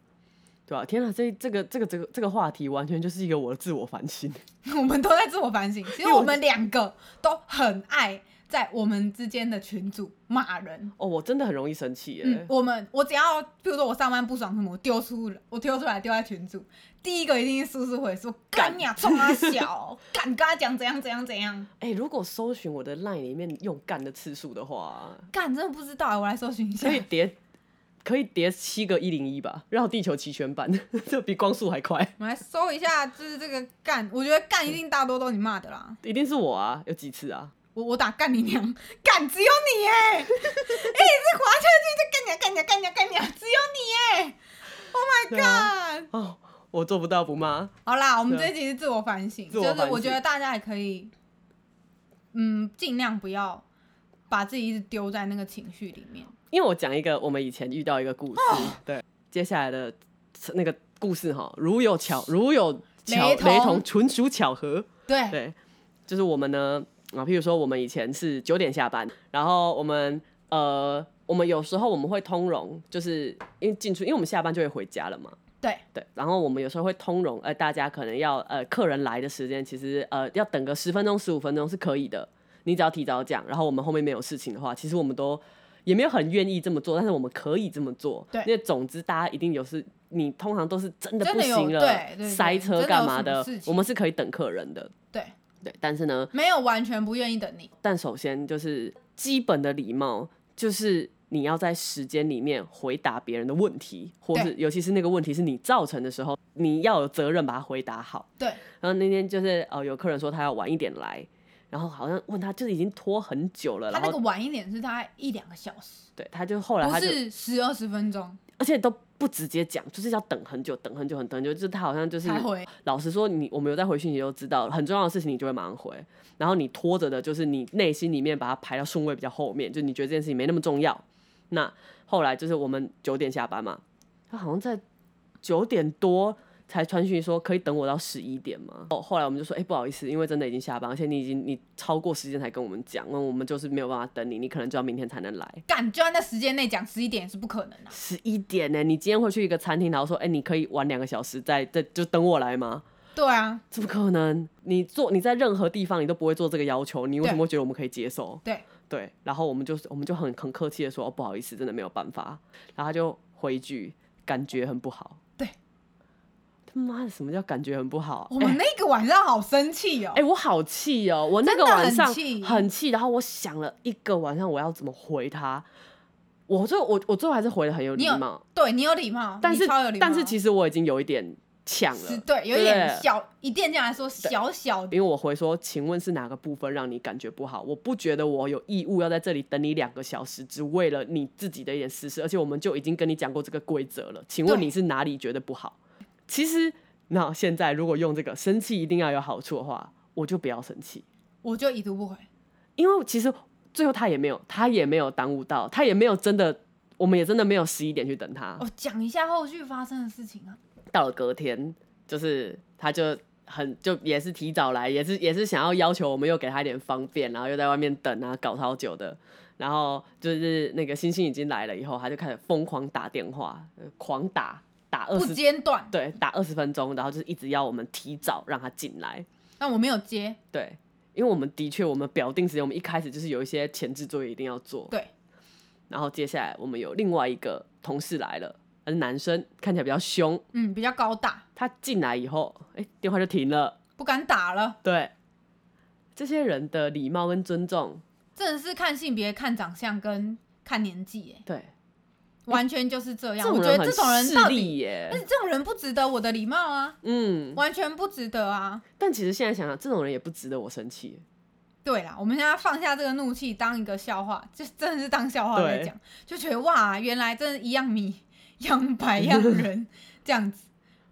S2: 对吧、天啊，这这个这个这个这个话题完全就是一个我的自我反省。
S3: 我们都在自 我反省，其
S2: 因
S3: 实
S2: 为我
S3: 我们两个都很爱在我们之间的群组骂人。
S2: 哦，我真的很容易生气耶。
S3: 嗯，我们我只要，比如说我上班不爽什么，我丢出我丢出来丢在群组，第一个一定是叔叔回说干你啊，冲他小，敢跟他讲怎样怎样怎样，
S2: 哎、如果搜寻我的 LINE 里面用干的次数的话，
S3: 干真的不知道欸，我来搜寻一 下
S2: 可。以叠，可以叠七个一零一吧，绕地球齐全版， 这比光速还快。
S3: 我们来搜一下，就是这个干，我觉得干一定大多都你骂的啦。
S2: 一定是我啊，有几次啊？
S3: 我我打干你娘，干只有 你哎，一直滑下去就干啊娘干娘干娘干娘，只有你哎
S2: 对啊，
S3: 干。
S2: 哦，我做不到不骂。
S3: 好啦，我们
S2: 对啊
S3: 这一集是自我反省，
S2: 自我
S3: 就是
S2: 反
S3: 我觉
S2: 省
S3: 得大家也可以，嗯，尽量不要把自己一直丢在那个情绪里面。
S2: 因为我讲一个我们以前遇到一个故事，
S3: 哦
S2: 对，接下来的那个故事哈，如有巧如有巧
S3: 雷同
S2: 雷同，纯属巧合。
S3: 对，
S2: 对，就是我们呢啊，譬如说我们以前是九点下班，然后我们呃，我们有时候我们会通融，就是因为进出，因为我们下班就会回家了嘛。
S3: 对，
S2: 对，然后我们有时候会通融，呃，大家可能要呃，客人来的时间其实呃要等个十分钟、十五分钟是可以的，你只要提早讲，然后我们后面没有事情的话，其实我们都也没有很愿意这么做，但是我们可以这么做，
S3: 对
S2: 因为总之大家一定有事，你通常都是真的
S3: 真
S2: 不
S3: 的有
S2: 行了，
S3: 对对对
S2: 塞
S3: 真
S2: 车
S3: 的
S2: 干
S3: 有
S2: 嘛
S3: 什么
S2: 的
S3: 事，情
S2: 我们是可以等客人的，
S3: 对，
S2: 对，但是呢，
S3: 没有完全不愿意等你。
S2: 但首先就是基本的礼貌，就是你要在时间里面回答别人的问题，或是
S3: 对
S2: 尤其是那个问题是你造成的时候，你要有责任把它回答好。
S3: 对，
S2: 然后那天就是呃，有客人说他要晚一点来，然后好像问他就是已经拖很久了，
S3: 他
S2: 然
S3: 那个
S2: 后
S3: 晚一点是大概一两个小时，
S2: 对他就后来
S3: 不
S2: 他就是
S3: 十二十分钟
S2: 而且都不直接讲，就是要等很久，等很久，很等很久，就是他好像就是
S3: 才回。
S2: 老实说，你我们有在回讯息就知道，很重要的事情你就会马上回，然后你拖着的就是你内心里面把它排到顺位比较后面，就你觉得这件事情没那么重要。那后来就是我们九点下班嘛，他好像在九点多才传讯息说可以等我到十一点吗？哦，后来我们就说，哎、不好意思，因为真的已经下班，而且你已经你超过时间才跟我们讲，那我们就是没有办法等你，你可能就要明天才能来。
S3: 干，就按那时间内讲十一点也是不可能的、啊
S2: 十一点呢、你今天会去一个餐厅，然后说，哎、你可以晚两个小时再再就等我来吗？
S3: 对啊，
S2: 怎么可能？你做你在任何地方你都不会做这个要求，你为
S3: 对
S2: 什么会觉得我们可以接受？
S3: 对，
S2: 对，然后我们就我们就很很客气的说、哦，不好意思，真的没有办法。然后他就回一句，感觉很不好。
S3: 对，
S2: 他妈的，什么叫感觉很不好？
S3: 我
S2: 哎
S3: 们那个晚上好生气哦、
S2: 哎、我好气哦！我那
S3: 真
S2: 个
S3: 的
S2: 晚
S3: 很
S2: 上
S3: 气
S2: 很气，然后我想了一个晚上，我要怎么回他？我最后我我最后还是回的很有
S3: 你
S2: 礼
S3: 有
S2: 貌，
S3: 对你有礼貌，
S2: 但是
S3: 你超有礼貌，
S2: 但是其实我已经有一点呛
S3: 是
S2: 了，
S3: 对，有
S2: 对
S3: 点小，以店家来说小小的，
S2: 因为我回说，请问是哪个部分让你感觉不好？我不觉得我有义务要在这里等你两个小时，只为了你自己的一点私事，而且我们就已经跟你讲过这个规则了。请问
S3: 对
S2: 你是哪里觉得不好？其实，那现在如果用这个生气一定要有好处的话，我就不要生气，
S3: 我就已读不回。
S2: 因为其实最后他也没有，他也没有耽误到，他也没有真的，我们也真的没有十一点去等他。
S3: 哦，讲一下后续发生的事情啊。
S2: 到了隔天，就是他就很就也是提早来，也是也是想要要求我们又给他一点方便，然后又在外面等啊，搞超久的。然后就是那个星星已经来了以后，他就开始疯狂打电话，呃狂打打二
S3: 不
S2: 十
S3: 间断，
S2: 对打二十分钟，然后就是一直要我们提早让他进来。
S3: 但我没有接。
S2: 对，因为我们的确我们表定时间，我们一开始就是有一些前置作业一定要做。
S3: 对，
S2: 然后接下来我们有另外一个同事来了，他是男生，看起来比较凶。
S3: 嗯，比较高大，
S2: 他进来以后，哎、电话就停了。
S3: 不敢打了。
S2: 对，这些人的礼貌跟尊重，
S3: 真的是看性别、看长相跟看年纪，哎，
S2: 对，
S3: 完全就是这
S2: 这
S3: 啊样。我
S2: 种
S3: 觉得
S2: 人
S3: 这
S2: 很
S3: 种人
S2: 势
S3: 到底，
S2: 利
S3: 而
S2: 耶。
S3: 且这种人不值得我的礼貌啊，
S2: 嗯，
S3: 完全不值得啊。
S2: 但其实现在想想，这种人也不值得我生气。
S3: 对啦，我们现在放下这个怒气，当一个笑话，就真的是当笑话
S2: 对
S3: 在讲，就觉得哇，原来真的一样米养百样人这样子。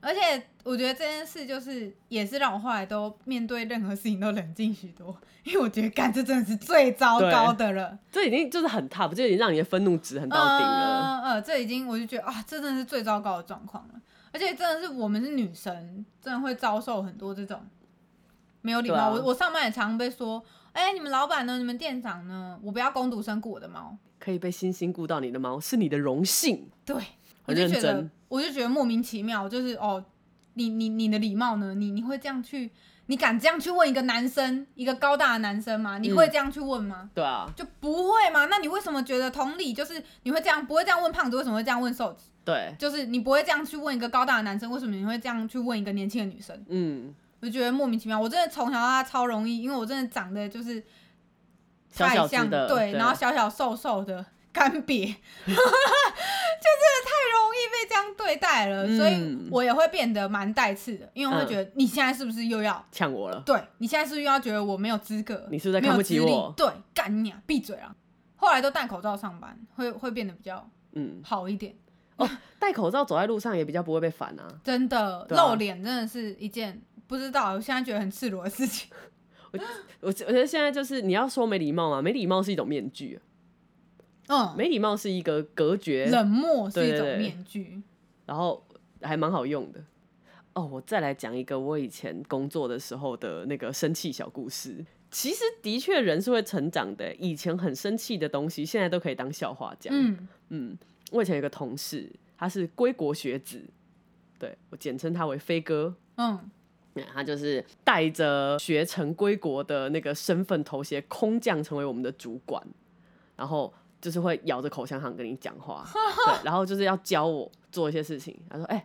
S3: 而且我觉得这件事就是也是让我后来都面对任何事情都冷静许多，因为我觉得干这真的是最糟糕的了，
S2: 这已经就是很 top，就已经让你的愤怒值很
S3: 嗯
S2: 到顶了。
S3: 嗯嗯，这已经我就觉得啊，这真的是最糟糕的状况了。而且真的是我们是女生，真的会遭受很多这种没有礼貌。
S2: 对啊
S3: 我我上班也常被说，哎、你们老板呢？你们店长呢？我不要攻读生雇我的猫。
S2: 可以被星星顾到你的猫，是你的荣幸。
S3: 对，我
S2: 很
S3: 就觉
S2: 认
S3: 得
S2: 真，
S3: 我就觉得莫名其妙，就是哦，你你你的礼貌呢？你你会这样去？你敢这样去问一个男生，一个高大的男生吗？你
S2: 嗯
S3: 会这样去问吗？
S2: 对啊，
S3: 就不会吗？那你为什么觉得同理就是你会这样，不会这样问胖子？为什么会这样问瘦子？
S2: 对，
S3: 就是你不会这样去问一个高大的男生，为什么你会这样去问一个年轻的女生？
S2: 嗯，
S3: 我觉得莫名其妙。我真的从小到大超容易，因为我真的长得就是
S2: 小
S3: 太
S2: 小
S3: 像
S2: 只的，啊
S3: 对，然后小小瘦瘦的干瘪， 就是太容易被这样对待了，
S2: 嗯
S3: 所以我也会变得蛮带刺的，因为我会觉得你现在是不是又要？
S2: 呛我了。
S3: 对你现在是不是又要觉得我没有资格？
S2: 你是不是在看不起我
S3: 没有资历对，干你啊，闭嘴啊！后来都戴口罩上班，会会变得比较
S2: 嗯，
S3: 好一点。
S2: 戴口罩走在路上也比较不会被烦啊。
S3: 真的，
S2: 对啊
S3: 露脸真的是一件不知道，我现在觉得很赤裸的事情。
S2: 我我觉得现在就是你要说没礼貌嘛，啊没礼貌是一种面具，啊
S3: 嗯，
S2: 没礼貌是一个隔绝，
S3: 冷漠是一
S2: 对
S3: 种
S2: 对对
S3: 面具。
S2: 然后还蛮好用的。哦，我再来讲一个我以前工作的时候的那个生气小故事。其实的确人是会成长的，以前很生气的东西，现在都可以当笑话讲。
S3: 嗯，
S2: 嗯我以前有一个同事，他是归国学子，对我简称他为飞哥。
S3: 嗯，
S2: 那他就是带着学成归国的那个身份头衔，空降成为我们的主管，然后就是会咬着口香糖跟你讲 话，对，然后就是要教我做一些事情。他说：“哎、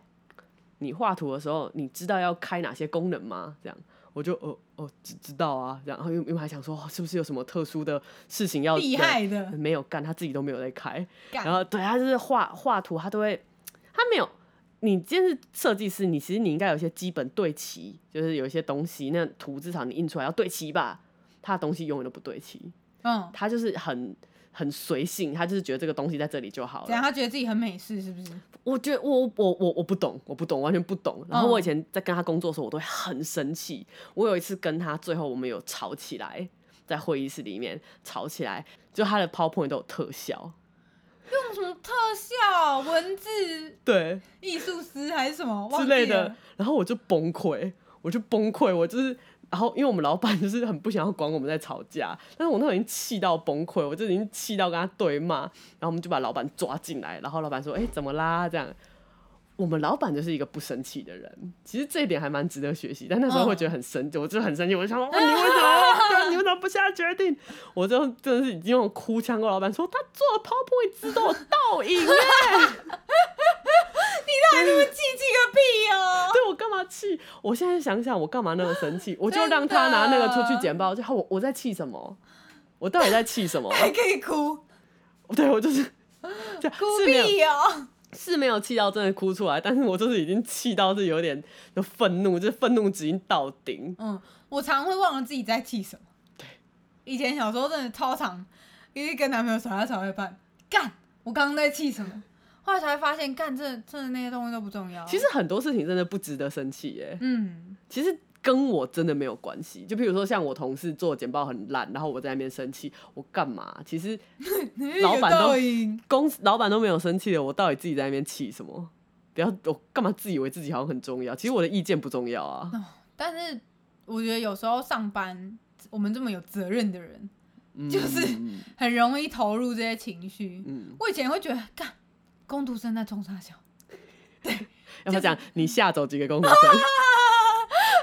S2: 你画图的时候，你知道要开哪些功能吗？”这样。我就哦哦知知道啊，这样然后又又还想说、哦是不是有什么特殊的事情要
S3: 厉害的
S2: 没有干，他自己都没有在开，
S3: 干
S2: 然后对他就是画画图，他都会，他没有。你既然是设计师，你其实你应该有一些基本对齐，就是有一些东西，那图至少你印出来要对齐吧。他的东西永远都不对齐，
S3: 嗯，
S2: 他就是很很随性，他就是觉得这个东西在这里就好
S3: 怎样？
S2: 了。
S3: 他觉得自己很美式是不 是？
S2: 我觉得我我我我不懂，我不懂，完全不懂。然后
S3: 嗯
S2: 我以前在跟他工作的时候，我都会很生气。我有一次跟他，最后我们有吵起来，在会议室里面吵起来，就他的 PowerPoint 都有特效，
S3: 用什么特效、文字、
S2: 对，
S3: 艺术师还是什么
S2: 之
S3: 忘记
S2: 类
S3: 了
S2: 的，然后我就崩溃，我就崩溃，我就是，然后因为我们老板就是很不想要管我们在吵架，但是我那时候已经气到崩溃，我就已经气到跟他对骂，然后我们就把老板抓进来，然后老板说：“哎、怎么啦？”这样，我们老板就是一个不生气的人，其实这一点还蛮值得学习，但那时候会觉得很生气，我就很生气，我就想说：“哦哇，你为什 么？你为什么不下决定？”我就真的是已经用哭腔跟老板说：“他做的 PowerPoint 字都有倒影耶。”
S3: 你让你们气气个屁哦！
S2: 对我干嘛气？我现在想想，我干嘛那么生气？我就
S3: 真
S2: 让他拿那个出去
S3: 的
S2: 剪报，就好我我在气什么？我到底在气什么？
S3: 还可以哭，
S2: 对我就是这样，
S3: 哭
S2: 是没有
S3: 屁哦！
S2: 是没有气到真的哭出来，但是我就是已经气到是有点就愤怒，就是愤怒值已经到顶。
S3: 嗯，我常会忘了自己在气什么。对，以前小时候真的超常，因为跟男朋友吵架吵到一半，干，我刚刚在气什么？后来才会发现，干，真的真的那些东西都不重要。
S2: 其实，很多事情真的不值得生气耶、
S3: 嗯，
S2: 其实跟我真的没有关系。就比如说像我同事做简报很烂，然后我在那边生气，我干嘛？其实老板都
S3: 有倒影
S2: 公司老板都没有生气了，我到底自己在那边气什么？不要，我干嘛自以为自己好像很重要？其实我的意见不重要啊。
S3: 哦但是我觉得有时候上班，我们这么有责任的人，就是
S2: 嗯
S3: 很容易投入这些情绪。
S2: 嗯，
S3: 我以前会觉得，干，工读生在冲啥笑，
S2: 要不要讲你吓走几个工读生？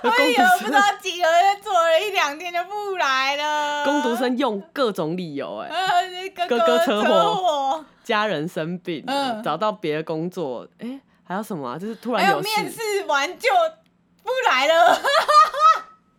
S2: 那
S3: 我
S2: 工
S3: 以
S2: 读
S3: 为哎我不
S2: 生
S3: 知道几个人做了一两天就不来了。
S2: 工读生用各种理由、哎，
S3: 呃，哥
S2: 哥哥
S3: 车
S2: 车
S3: 祸，
S2: 家人生病，
S3: 嗯
S2: 找到别的工作，哎、还有什么、啊？就是突
S3: 还
S2: 然
S3: 有
S2: 事，
S3: 哎面试完就不来了。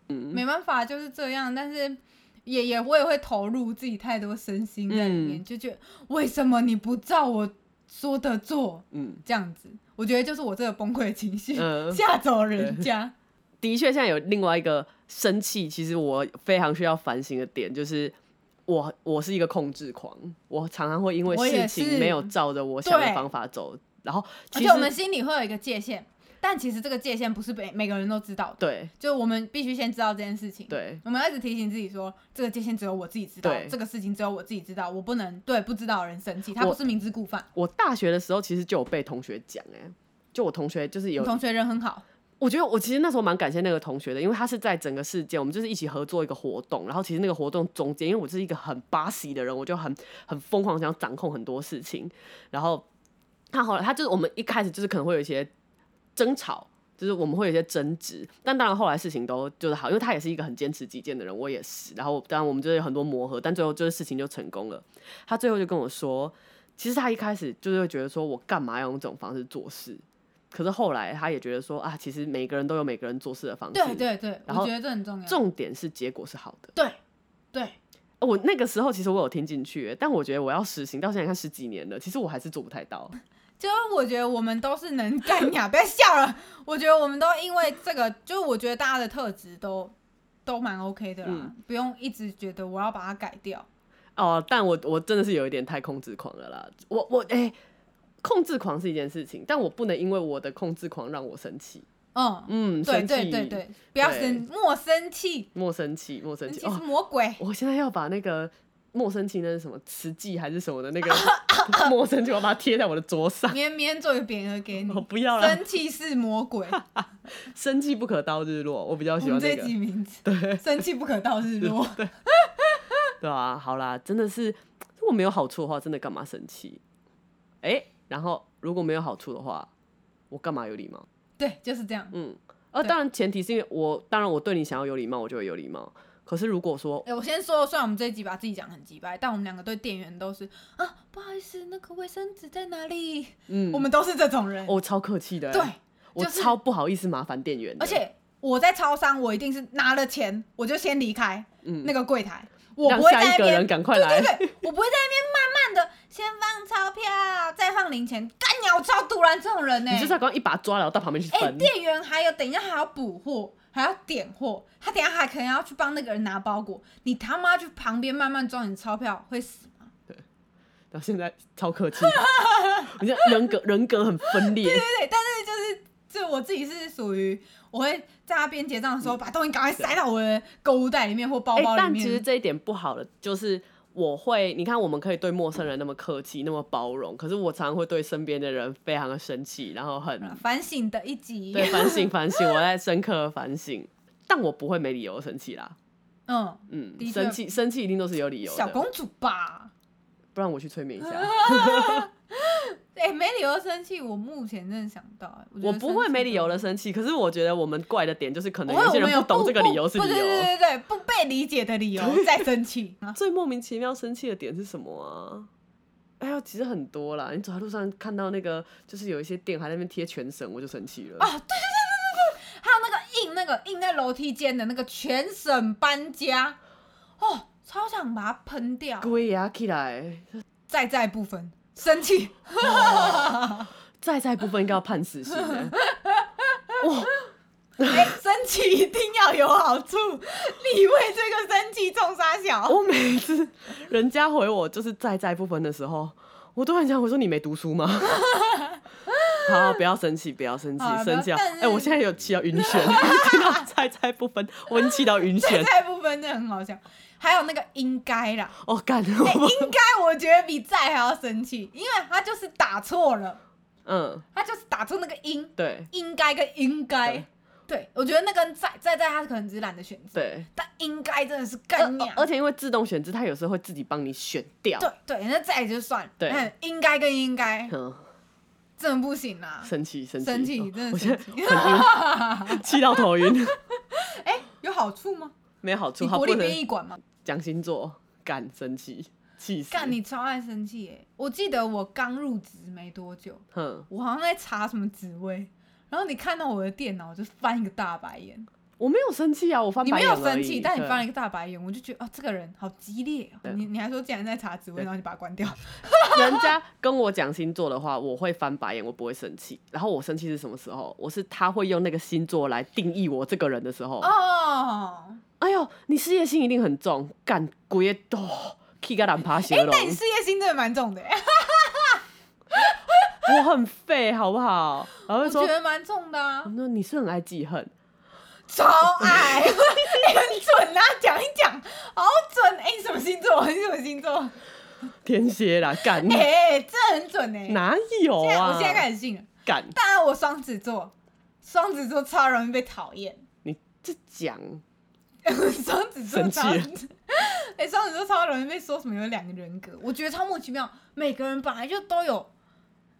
S2: 嗯
S3: 没办法，就是这样。但是也也我也会投入自己太多身心在里面，
S2: 嗯
S3: 就觉得为什么你不照我说的做
S2: 嗯，
S3: 这样子？我觉得就是我这个崩溃的情绪
S2: 嗯
S3: 吓、走人家。
S2: 的确，现在有另外一个生气，其实我非常需要反省的点就是。我我是一个控制狂，我常常会因为
S3: 我也
S2: 事
S3: 是
S2: 情没有照着我想的
S3: 对
S2: 方法走，然后其
S3: 而且
S2: 实
S3: 我们心里会有一个界限，但其实这个界限不是每每个人都知道的，
S2: 对
S3: 就我们必须先知道这件事情。
S2: 对
S3: 我们要一直提醒自己说，这个界限只有我自己知道，
S2: 对
S3: 这个事情只有我自己知道，我不能对不知道的人生气，他
S2: 我
S3: 不是明知故犯。
S2: 我大学的时候其实就有被同学讲哎、就我同学就是
S3: 你
S2: 有，
S3: 同学人很好，
S2: 我觉得我其实那时候蛮感谢那个同学的，因为他是在整个事件，我们就是一起合作一个活动，然后其实那个活动中间，因为我是一个很巴西的人，我就很很疯狂想掌控很多事情，然后他后来他就是我们一开始就是可能会有一些争吵。就是我们会有一些争执，但当然后来事情都就是好，因为他也是一个很坚持己见的人，我也是。然后当然我们就是有很多磨合，但最后就是事情就成功了。他最后就跟我说，其实他一开始就是会觉得说我干嘛要用这种方式做事，可是后来他也觉得说啊，其实每个人都有每个人做事的方式。
S3: 对，啊对对，我
S2: 然后
S3: 觉得这很重要。
S2: 重点是结果是好的。
S3: 对对，
S2: 哦我那个时候其实我有听进去，但我觉得我要实行到现在看十几年了，其实我还是做不太到。
S3: 就是我觉得我们都是能 干啊呀，不要笑了。我觉得我们都因为这个，就是我觉得大家的特质都都蛮 OK 的啦，
S2: 嗯
S3: 不用一直觉得我要把它改掉。
S2: 哦，但我我真的是有一点太控制狂了啦。我我哎、控制狂是一件事情，但我不能因为我的控制狂让我生气。
S3: 嗯，
S2: 嗯，
S3: 对
S2: 生
S3: 对
S2: 气
S3: 对，对，不要生莫生气，
S2: 莫生气，莫生
S3: 生
S2: 气。
S3: 气
S2: 哦
S3: 是，魔鬼。
S2: 我现在要把那个莫生气那是什么词记还是什么的那 个 莫生气，我要把它贴在我的桌上。
S3: 明天明天做一个匾额给你
S2: 我，不要了，
S3: 生气是魔鬼。
S2: 生气不可到日落，我比较
S3: 我
S2: 喜
S3: 们
S2: 欢
S3: 这
S2: 那
S3: 一
S2: 个，
S3: 集名字，生气不可 到日落。
S2: 对啊，好啦，真的是，如果没有好处的话，真的干嘛生气？哎、然后如果没有好处的话，我干嘛有礼貌？
S3: 对，就是这样。
S2: 嗯，呃，
S3: 对
S2: 当然前提是因为我，当然我对你想要有礼貌，我就会有礼貌。可是如果说
S3: 哎、我先说，虽然我们这一集把自己讲得很鸡掰，但我们两个对店员都是啊，不好意思，那个卫生纸在哪里？
S2: 嗯，
S3: 我们都是这种人。
S2: 我、超客气的欸、
S3: 对，
S2: 我
S3: 就是
S2: 超不好意思麻烦店员的，欸
S3: 而且我在超商，我一定是拿了钱，我就先离开
S2: 嗯
S3: 那个柜台，我
S2: 让
S3: 不会
S2: 下
S3: 在那
S2: 一个人
S3: 边
S2: 赶快来，
S3: 对对对，我不会在那边慢慢的先放钞票，再放零钱。干鸟超突然这种人欸呢、
S2: 你就是要刚一把抓，然后到旁边去
S3: 哎、
S2: 分。
S3: 店员还有，等一下还要补货，还要点货，他等一下还可能要去帮那个人拿包裹，你他妈去旁边慢慢装你钞票会死吗？
S2: 然后现在超客气， 你看人格人格很分裂，
S3: 对对，但是就是这我自己是属于我会在他边结账的时候把东西赶快塞到我的购物袋里面或包
S2: 哎、
S3: 包里
S2: 但其实
S3: 面。
S2: 这一点不好的就是。我会，你看，我们可以对陌生人那么客气，那么包容，可是我常常会对身边的人非常的生气，然后很
S3: 反省的一集，
S2: 对，反省反省，我在深刻地反省，但我不会没理由生气啦。
S3: 嗯，
S2: 嗯
S3: 的，确
S2: 生气生气一定都是有理由
S3: 小
S2: 的，
S3: 公主吧。
S2: 不然我去催眠一 下。
S3: 哎、没理由生气，我目前真的想不到、哎我觉得
S2: 我不会没理由的生气，可是我觉得我们怪的点就是可
S3: 我
S2: 能
S3: 会，
S2: 有
S3: 我
S2: 些
S3: 们有
S2: 人不懂这个理由是
S3: 不
S2: 理
S3: 对对
S2: 由。
S3: 对对，不被理解的理 由在生气。啊
S2: 最莫名其妙生气的点是什么啊？哎呦，其实很多啦。你走在路上看到那个，就是有一些店还在那边贴全绳，我就生气了。
S3: 啊，对对对对对，还有那个印那个印在楼梯间的那个全省搬家，哦，超想把它喷掉，
S2: 鬼呀、起来！
S3: 在在不分，生气。
S2: 在在部分应该要判死刑、 欸。哇，
S3: 哎、生气一定要有好处，你为这个生气中杀小。
S2: 啊我每次人家回我就是在在部分的时候，我都很想我说你没读书吗？ 好，不要生气，不要生气
S3: 好了，不要
S2: 生气啊！
S3: 但是
S2: 哎、我现在有气到晕 眩，听到在在部分，我已经气到晕
S3: 在
S2: 眩。
S3: 在不分真的很好笑，还有那个应 该啦，
S2: 哦，干！
S3: 哎、
S2: 我
S3: 应该我觉得比在还要生气，因为他就是打错了，
S2: 嗯，
S3: 他就是打错那个应，
S2: 对
S3: 应该跟应该
S2: 对。
S3: 对，我觉得那跟在在在他可能只是懒得选择，
S2: 对。
S3: 但应该真的是
S2: 而
S3: 更娘
S2: 而。且因为自动选字，它有时候会自己帮你选掉。
S3: 对对，那在也就算了，
S2: 呃对
S3: 嗯，应该跟应该
S2: 嗯，
S3: 真的不行啦，
S2: 生气，生气，哦
S3: 生气真
S2: 我
S3: 的
S2: 现
S3: 生
S2: 在
S3: 气。
S2: 气到头晕，
S3: 哎、有好处吗？
S2: 没好处。
S3: 你
S2: 好
S3: 国
S2: 不
S3: 立编
S2: 能
S3: 译馆吗？
S2: 讲星座，干生气，气死。
S3: 干，你超爱生气耶！我记得我刚入职没多久，
S2: 哼，
S3: 我好像在查什么职位，然后你看到我的电脑我就翻一个大白眼，
S2: 我没有生气啊，我翻
S3: 你
S2: 白
S3: 没
S2: 眼而
S3: 有
S2: 已
S3: 生气，但你翻了
S2: 对
S3: 一个大白眼，我就觉得哦，这个人好激烈、哦
S2: 对。
S3: 你你还说竟然在查职位，
S2: 对
S3: 然后你把它关掉，
S2: 人家跟我讲星座的话，我会翻白眼，我不会生气。然后我生气是什么时候？我是他会用那个星座来定义我这个人的时候。
S3: 哦，
S2: 哎呦，你事业心一定很重，干鬼都气个懒爬
S3: 哎、
S2: 血龙。
S3: 但你事业心真的蛮重的耶，
S2: 我很废，好不好？然后
S3: 我
S2: 就
S3: 觉
S2: 说，
S3: 得蛮重的 啊
S2: 我，说你是很爱记恨，
S3: 超爱，你很准啊，讲一讲，好准，哎、你什么星座？你什么星座？
S2: 天蝎啦， 干、
S3: 哎、这很准哎、
S2: 哪有
S3: 现在
S2: 啊？
S3: 我现在开始信了。
S2: 干，
S3: 当然，我双子座，双子座超容易被讨厌。
S2: 你这讲
S3: 双子座
S2: 生气
S3: 超，
S2: 了
S3: 哎、双子座超容易被说什么有两个人格，我觉得超莫名其妙。每个人本来就都有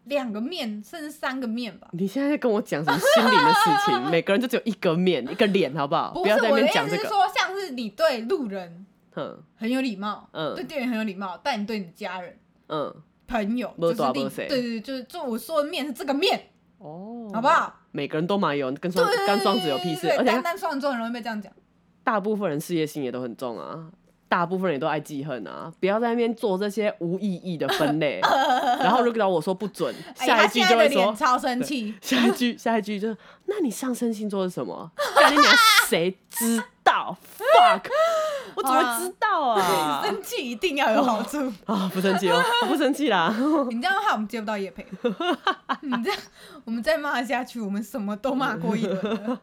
S3: 两个面，甚至三个面吧。
S2: 你现在在跟我讲什么心灵的事 情？每个人就只有一个面，一个脸，好不好？
S3: 不
S2: 要
S3: 是
S2: 在那
S3: 我的
S2: 边
S3: 意
S2: 讲
S3: 思
S2: 这
S3: 是
S2: 个。
S3: 说，像是你对路人
S2: 嗯
S3: 很有礼貌，
S2: 嗯
S3: 对店员很有礼貌，但你对你家人、
S2: 嗯，
S3: 朋友，
S2: 没
S3: 就是
S2: 大
S3: 另
S2: 没小
S3: 对对对，就是就我说的面是这个面，
S2: 哦
S3: 好不？好？
S2: 每个人都蛮有，跟
S3: 对
S2: 双跟双子有屁事，
S3: 对
S2: 而且
S3: 单单双子座很容易被这样讲。
S2: 大部分人事业心也都很重啊，大部分人也都爱记恨啊，不要在那边做这些无意义的分 类。然后如果我说不准，
S3: 哎
S2: 下一
S3: 他
S2: 句
S3: 现在
S2: 就会
S3: 的
S2: 说
S3: 脸超生气，
S2: 下一句，下一句就是，那你上升星座是什么？ 干你娘，谁知道？fuck，我怎么会知道啊？
S3: 生气一定要有好处。
S2: 啊，不生气哦，不生气啦。
S3: 你这样的话，我们接不到叶配。你这样，我们再骂下去，我们什么都骂过一轮了。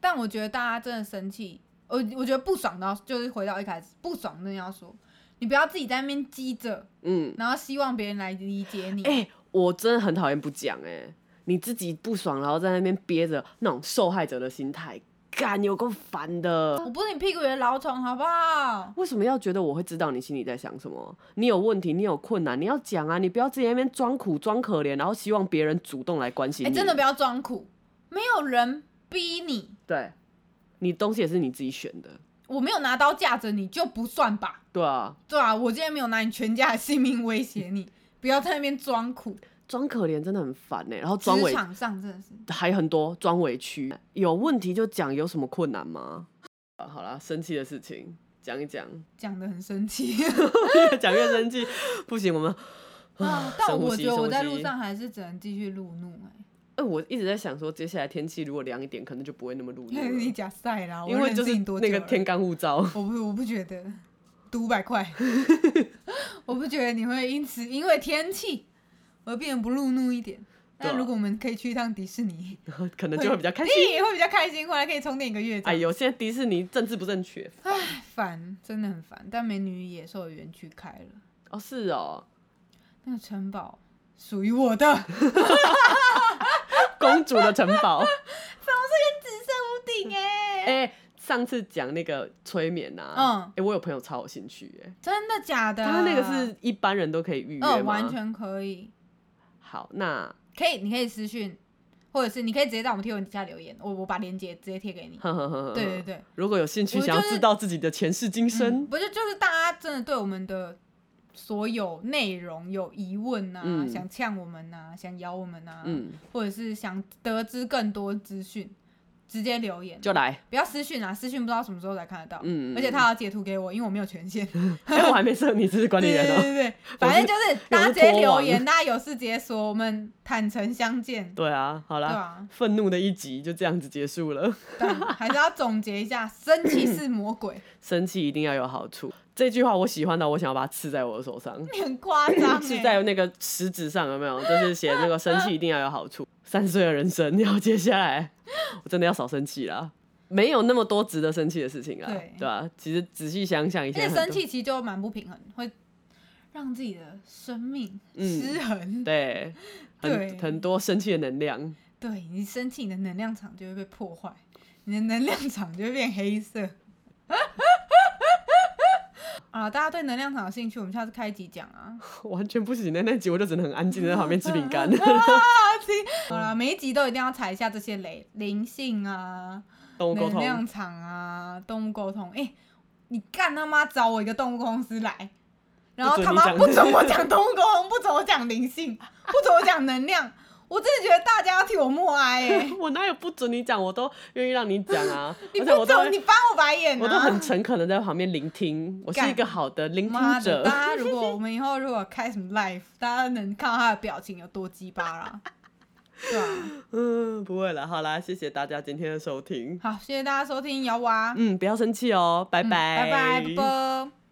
S3: 但我觉得大家真的生气，我我觉得不爽的要，就是回到一开始，不爽真的要说，你不要自己在那边积着，
S2: 嗯，
S3: 然后希望别人来理解你。
S2: 哎、我真的很讨厌不讲哎、你自己不爽，然后在那边憋着那种受害者的心态，干有够烦的。
S3: 我不是你屁股里的老虫，好不好？
S2: 为什么要觉得我会知道你心里在想什么？你有问题，你有困难，你要讲啊！你不要自己在那边装苦装可怜，然后希望别人主动来关心
S3: 哎、
S2: 你。
S3: 真的不要装苦。没有人逼你，
S2: 对，你东西也是你自己选的，
S3: 我没有拿刀架着你就不算吧？
S2: 对啊，
S3: 对啊，我今天没有拿你全家的性命威胁你， 不要在那边装苦。
S2: 装可怜真的很烦欸呢、然后装
S3: 职
S2: 委
S3: 场上真的是，
S2: 还很多装委屈，有问题就讲，有什么困难吗？ 啊，好啦，生气的事情讲一讲，
S3: 讲的很生气
S2: 越讲越生气，不行，我们
S3: 啊！
S2: 深
S3: 但
S2: 呼
S3: 我
S2: 吸
S3: 觉得
S2: 深
S3: 我
S2: 呼
S3: 在
S2: 吸
S3: 路上还是只能继续路怒哎、
S2: 哎、我一直在想说，接下来天气如果凉一点，可能就不会那么露露
S3: 因为你
S2: 了，
S3: 假赛啦，我
S2: 因为
S3: 认
S2: 就
S3: 识
S2: 是
S3: 你多
S2: 那
S3: 久
S2: 个
S3: 了
S2: 天干物燥。
S3: 我不我不觉得，赌五百块， 我不觉得你会因此因为天气而变得不路怒一点。
S2: 对啊
S3: 但如果我们可以去一趟迪士尼，
S2: 可能就会比较开心。
S3: 咦会比较开心，回来可以充电一个月这
S2: 哎
S3: 样。
S2: 呦，现在迪士尼政治不正确
S3: 哎，烦，真的很烦。但美女与野兽园区开了，
S2: 哦，是哦，
S3: 那个城堡属于 我的，紫
S2: 公主的城堡。
S3: 色屋顶哎、
S2: 哎、上次讲那个催眠啊，
S3: 嗯
S2: 哎、我有朋友超有兴趣、哎，
S3: 真的假的？
S2: 他那个是一般人都可以预约吗？
S3: 啊嗯，完全可以，
S2: 好，那
S3: 可以，你可以私讯，或者是你可以直接在我们贴文底下留言，我我把链接直接贴给你。
S2: 呵呵呵呵，
S3: 对对对。
S2: 如果有兴趣
S3: 我就
S2: 想要
S3: 是
S2: 知道自己的前世今生，
S3: 嗯不是，就是大家真的对我们的所有内容有疑问呐、
S2: 嗯
S3: 想呛我们呐、想咬我们啊呐、
S2: 嗯，
S3: 或者是想得知更多资讯，直接留言，
S2: 就来，
S3: 不要私讯啊，私讯不知道什么时候才看得到，
S2: 嗯嗯
S3: 而且他要截图给我，因为我没有权限，
S2: 哎、我还没设你是管理
S3: 对对
S2: 员
S3: 对
S2: 哦，
S3: 对 对，反正就是大家直接留言，大家有事直接说，我们坦诚相见，
S2: 对啊，好
S3: 对
S2: 啦，
S3: 啊，
S2: 愤怒的一集就这样子结束了，
S3: 但还是要总结一下，生气是魔 鬼，
S2: 生气一定要有好处，这句话我喜欢到我想要把它刺在我的手上。
S3: 你很夸张、欸，
S2: 是在那个食指上有没有？就是写那个生气一定要有好处。三十岁的人生 要接下来，我真的要少生气啦，没有那么多值得生气的事情啦，
S3: 对
S2: 对吧、其实仔细想想一下，
S3: 而且生气其实就蛮不平衡，会让自己的生命
S2: 嗯
S3: 失衡。
S2: 对，很
S3: 对
S2: 很多生气的能量，
S3: 对你生气，你的能量场就会被破坏，你的能量场就会变黑色。啊，大家对能量场有兴趣，我们下次开一集讲 啊。
S2: 完全不行的那集，我就只能很安静的在旁边吃饼 干。
S3: 好
S2: 嗯
S3: 了，每一集都一定要踩一下这些雷，灵性啊，
S2: 动物沟
S3: 能
S2: 通
S3: 量，场啊，动物沟通。哎、你干他妈找我一个动物公司来，然后
S2: 不准
S3: 他
S2: 你
S3: 妈
S2: 讲
S3: 不 准我讲动物沟通，不准我讲灵性，不准我讲能量，我真的觉得大家要替我默哀哎、
S2: 我哪有不准你讲，我都愿意让你讲 啊，
S3: 你
S2: 而且
S3: 不
S2: 我都
S3: 准
S2: 会
S3: 你翻我白眼、啊，
S2: 我都很诚恳的在旁边聆听，我是一个好的聆
S3: 妈
S2: 听者。
S3: 的！大家如果我们以后如果开什么 live，大家能看到他的表情有多鸡巴啦。对啊，
S2: 嗯，不会了，好啦，谢谢大家今天的收听。
S3: 好，谢谢大家收听摇娃，
S2: 嗯嗯，不要生气哦，拜
S3: 嗯
S2: 拜，
S3: 拜拜，啵啵。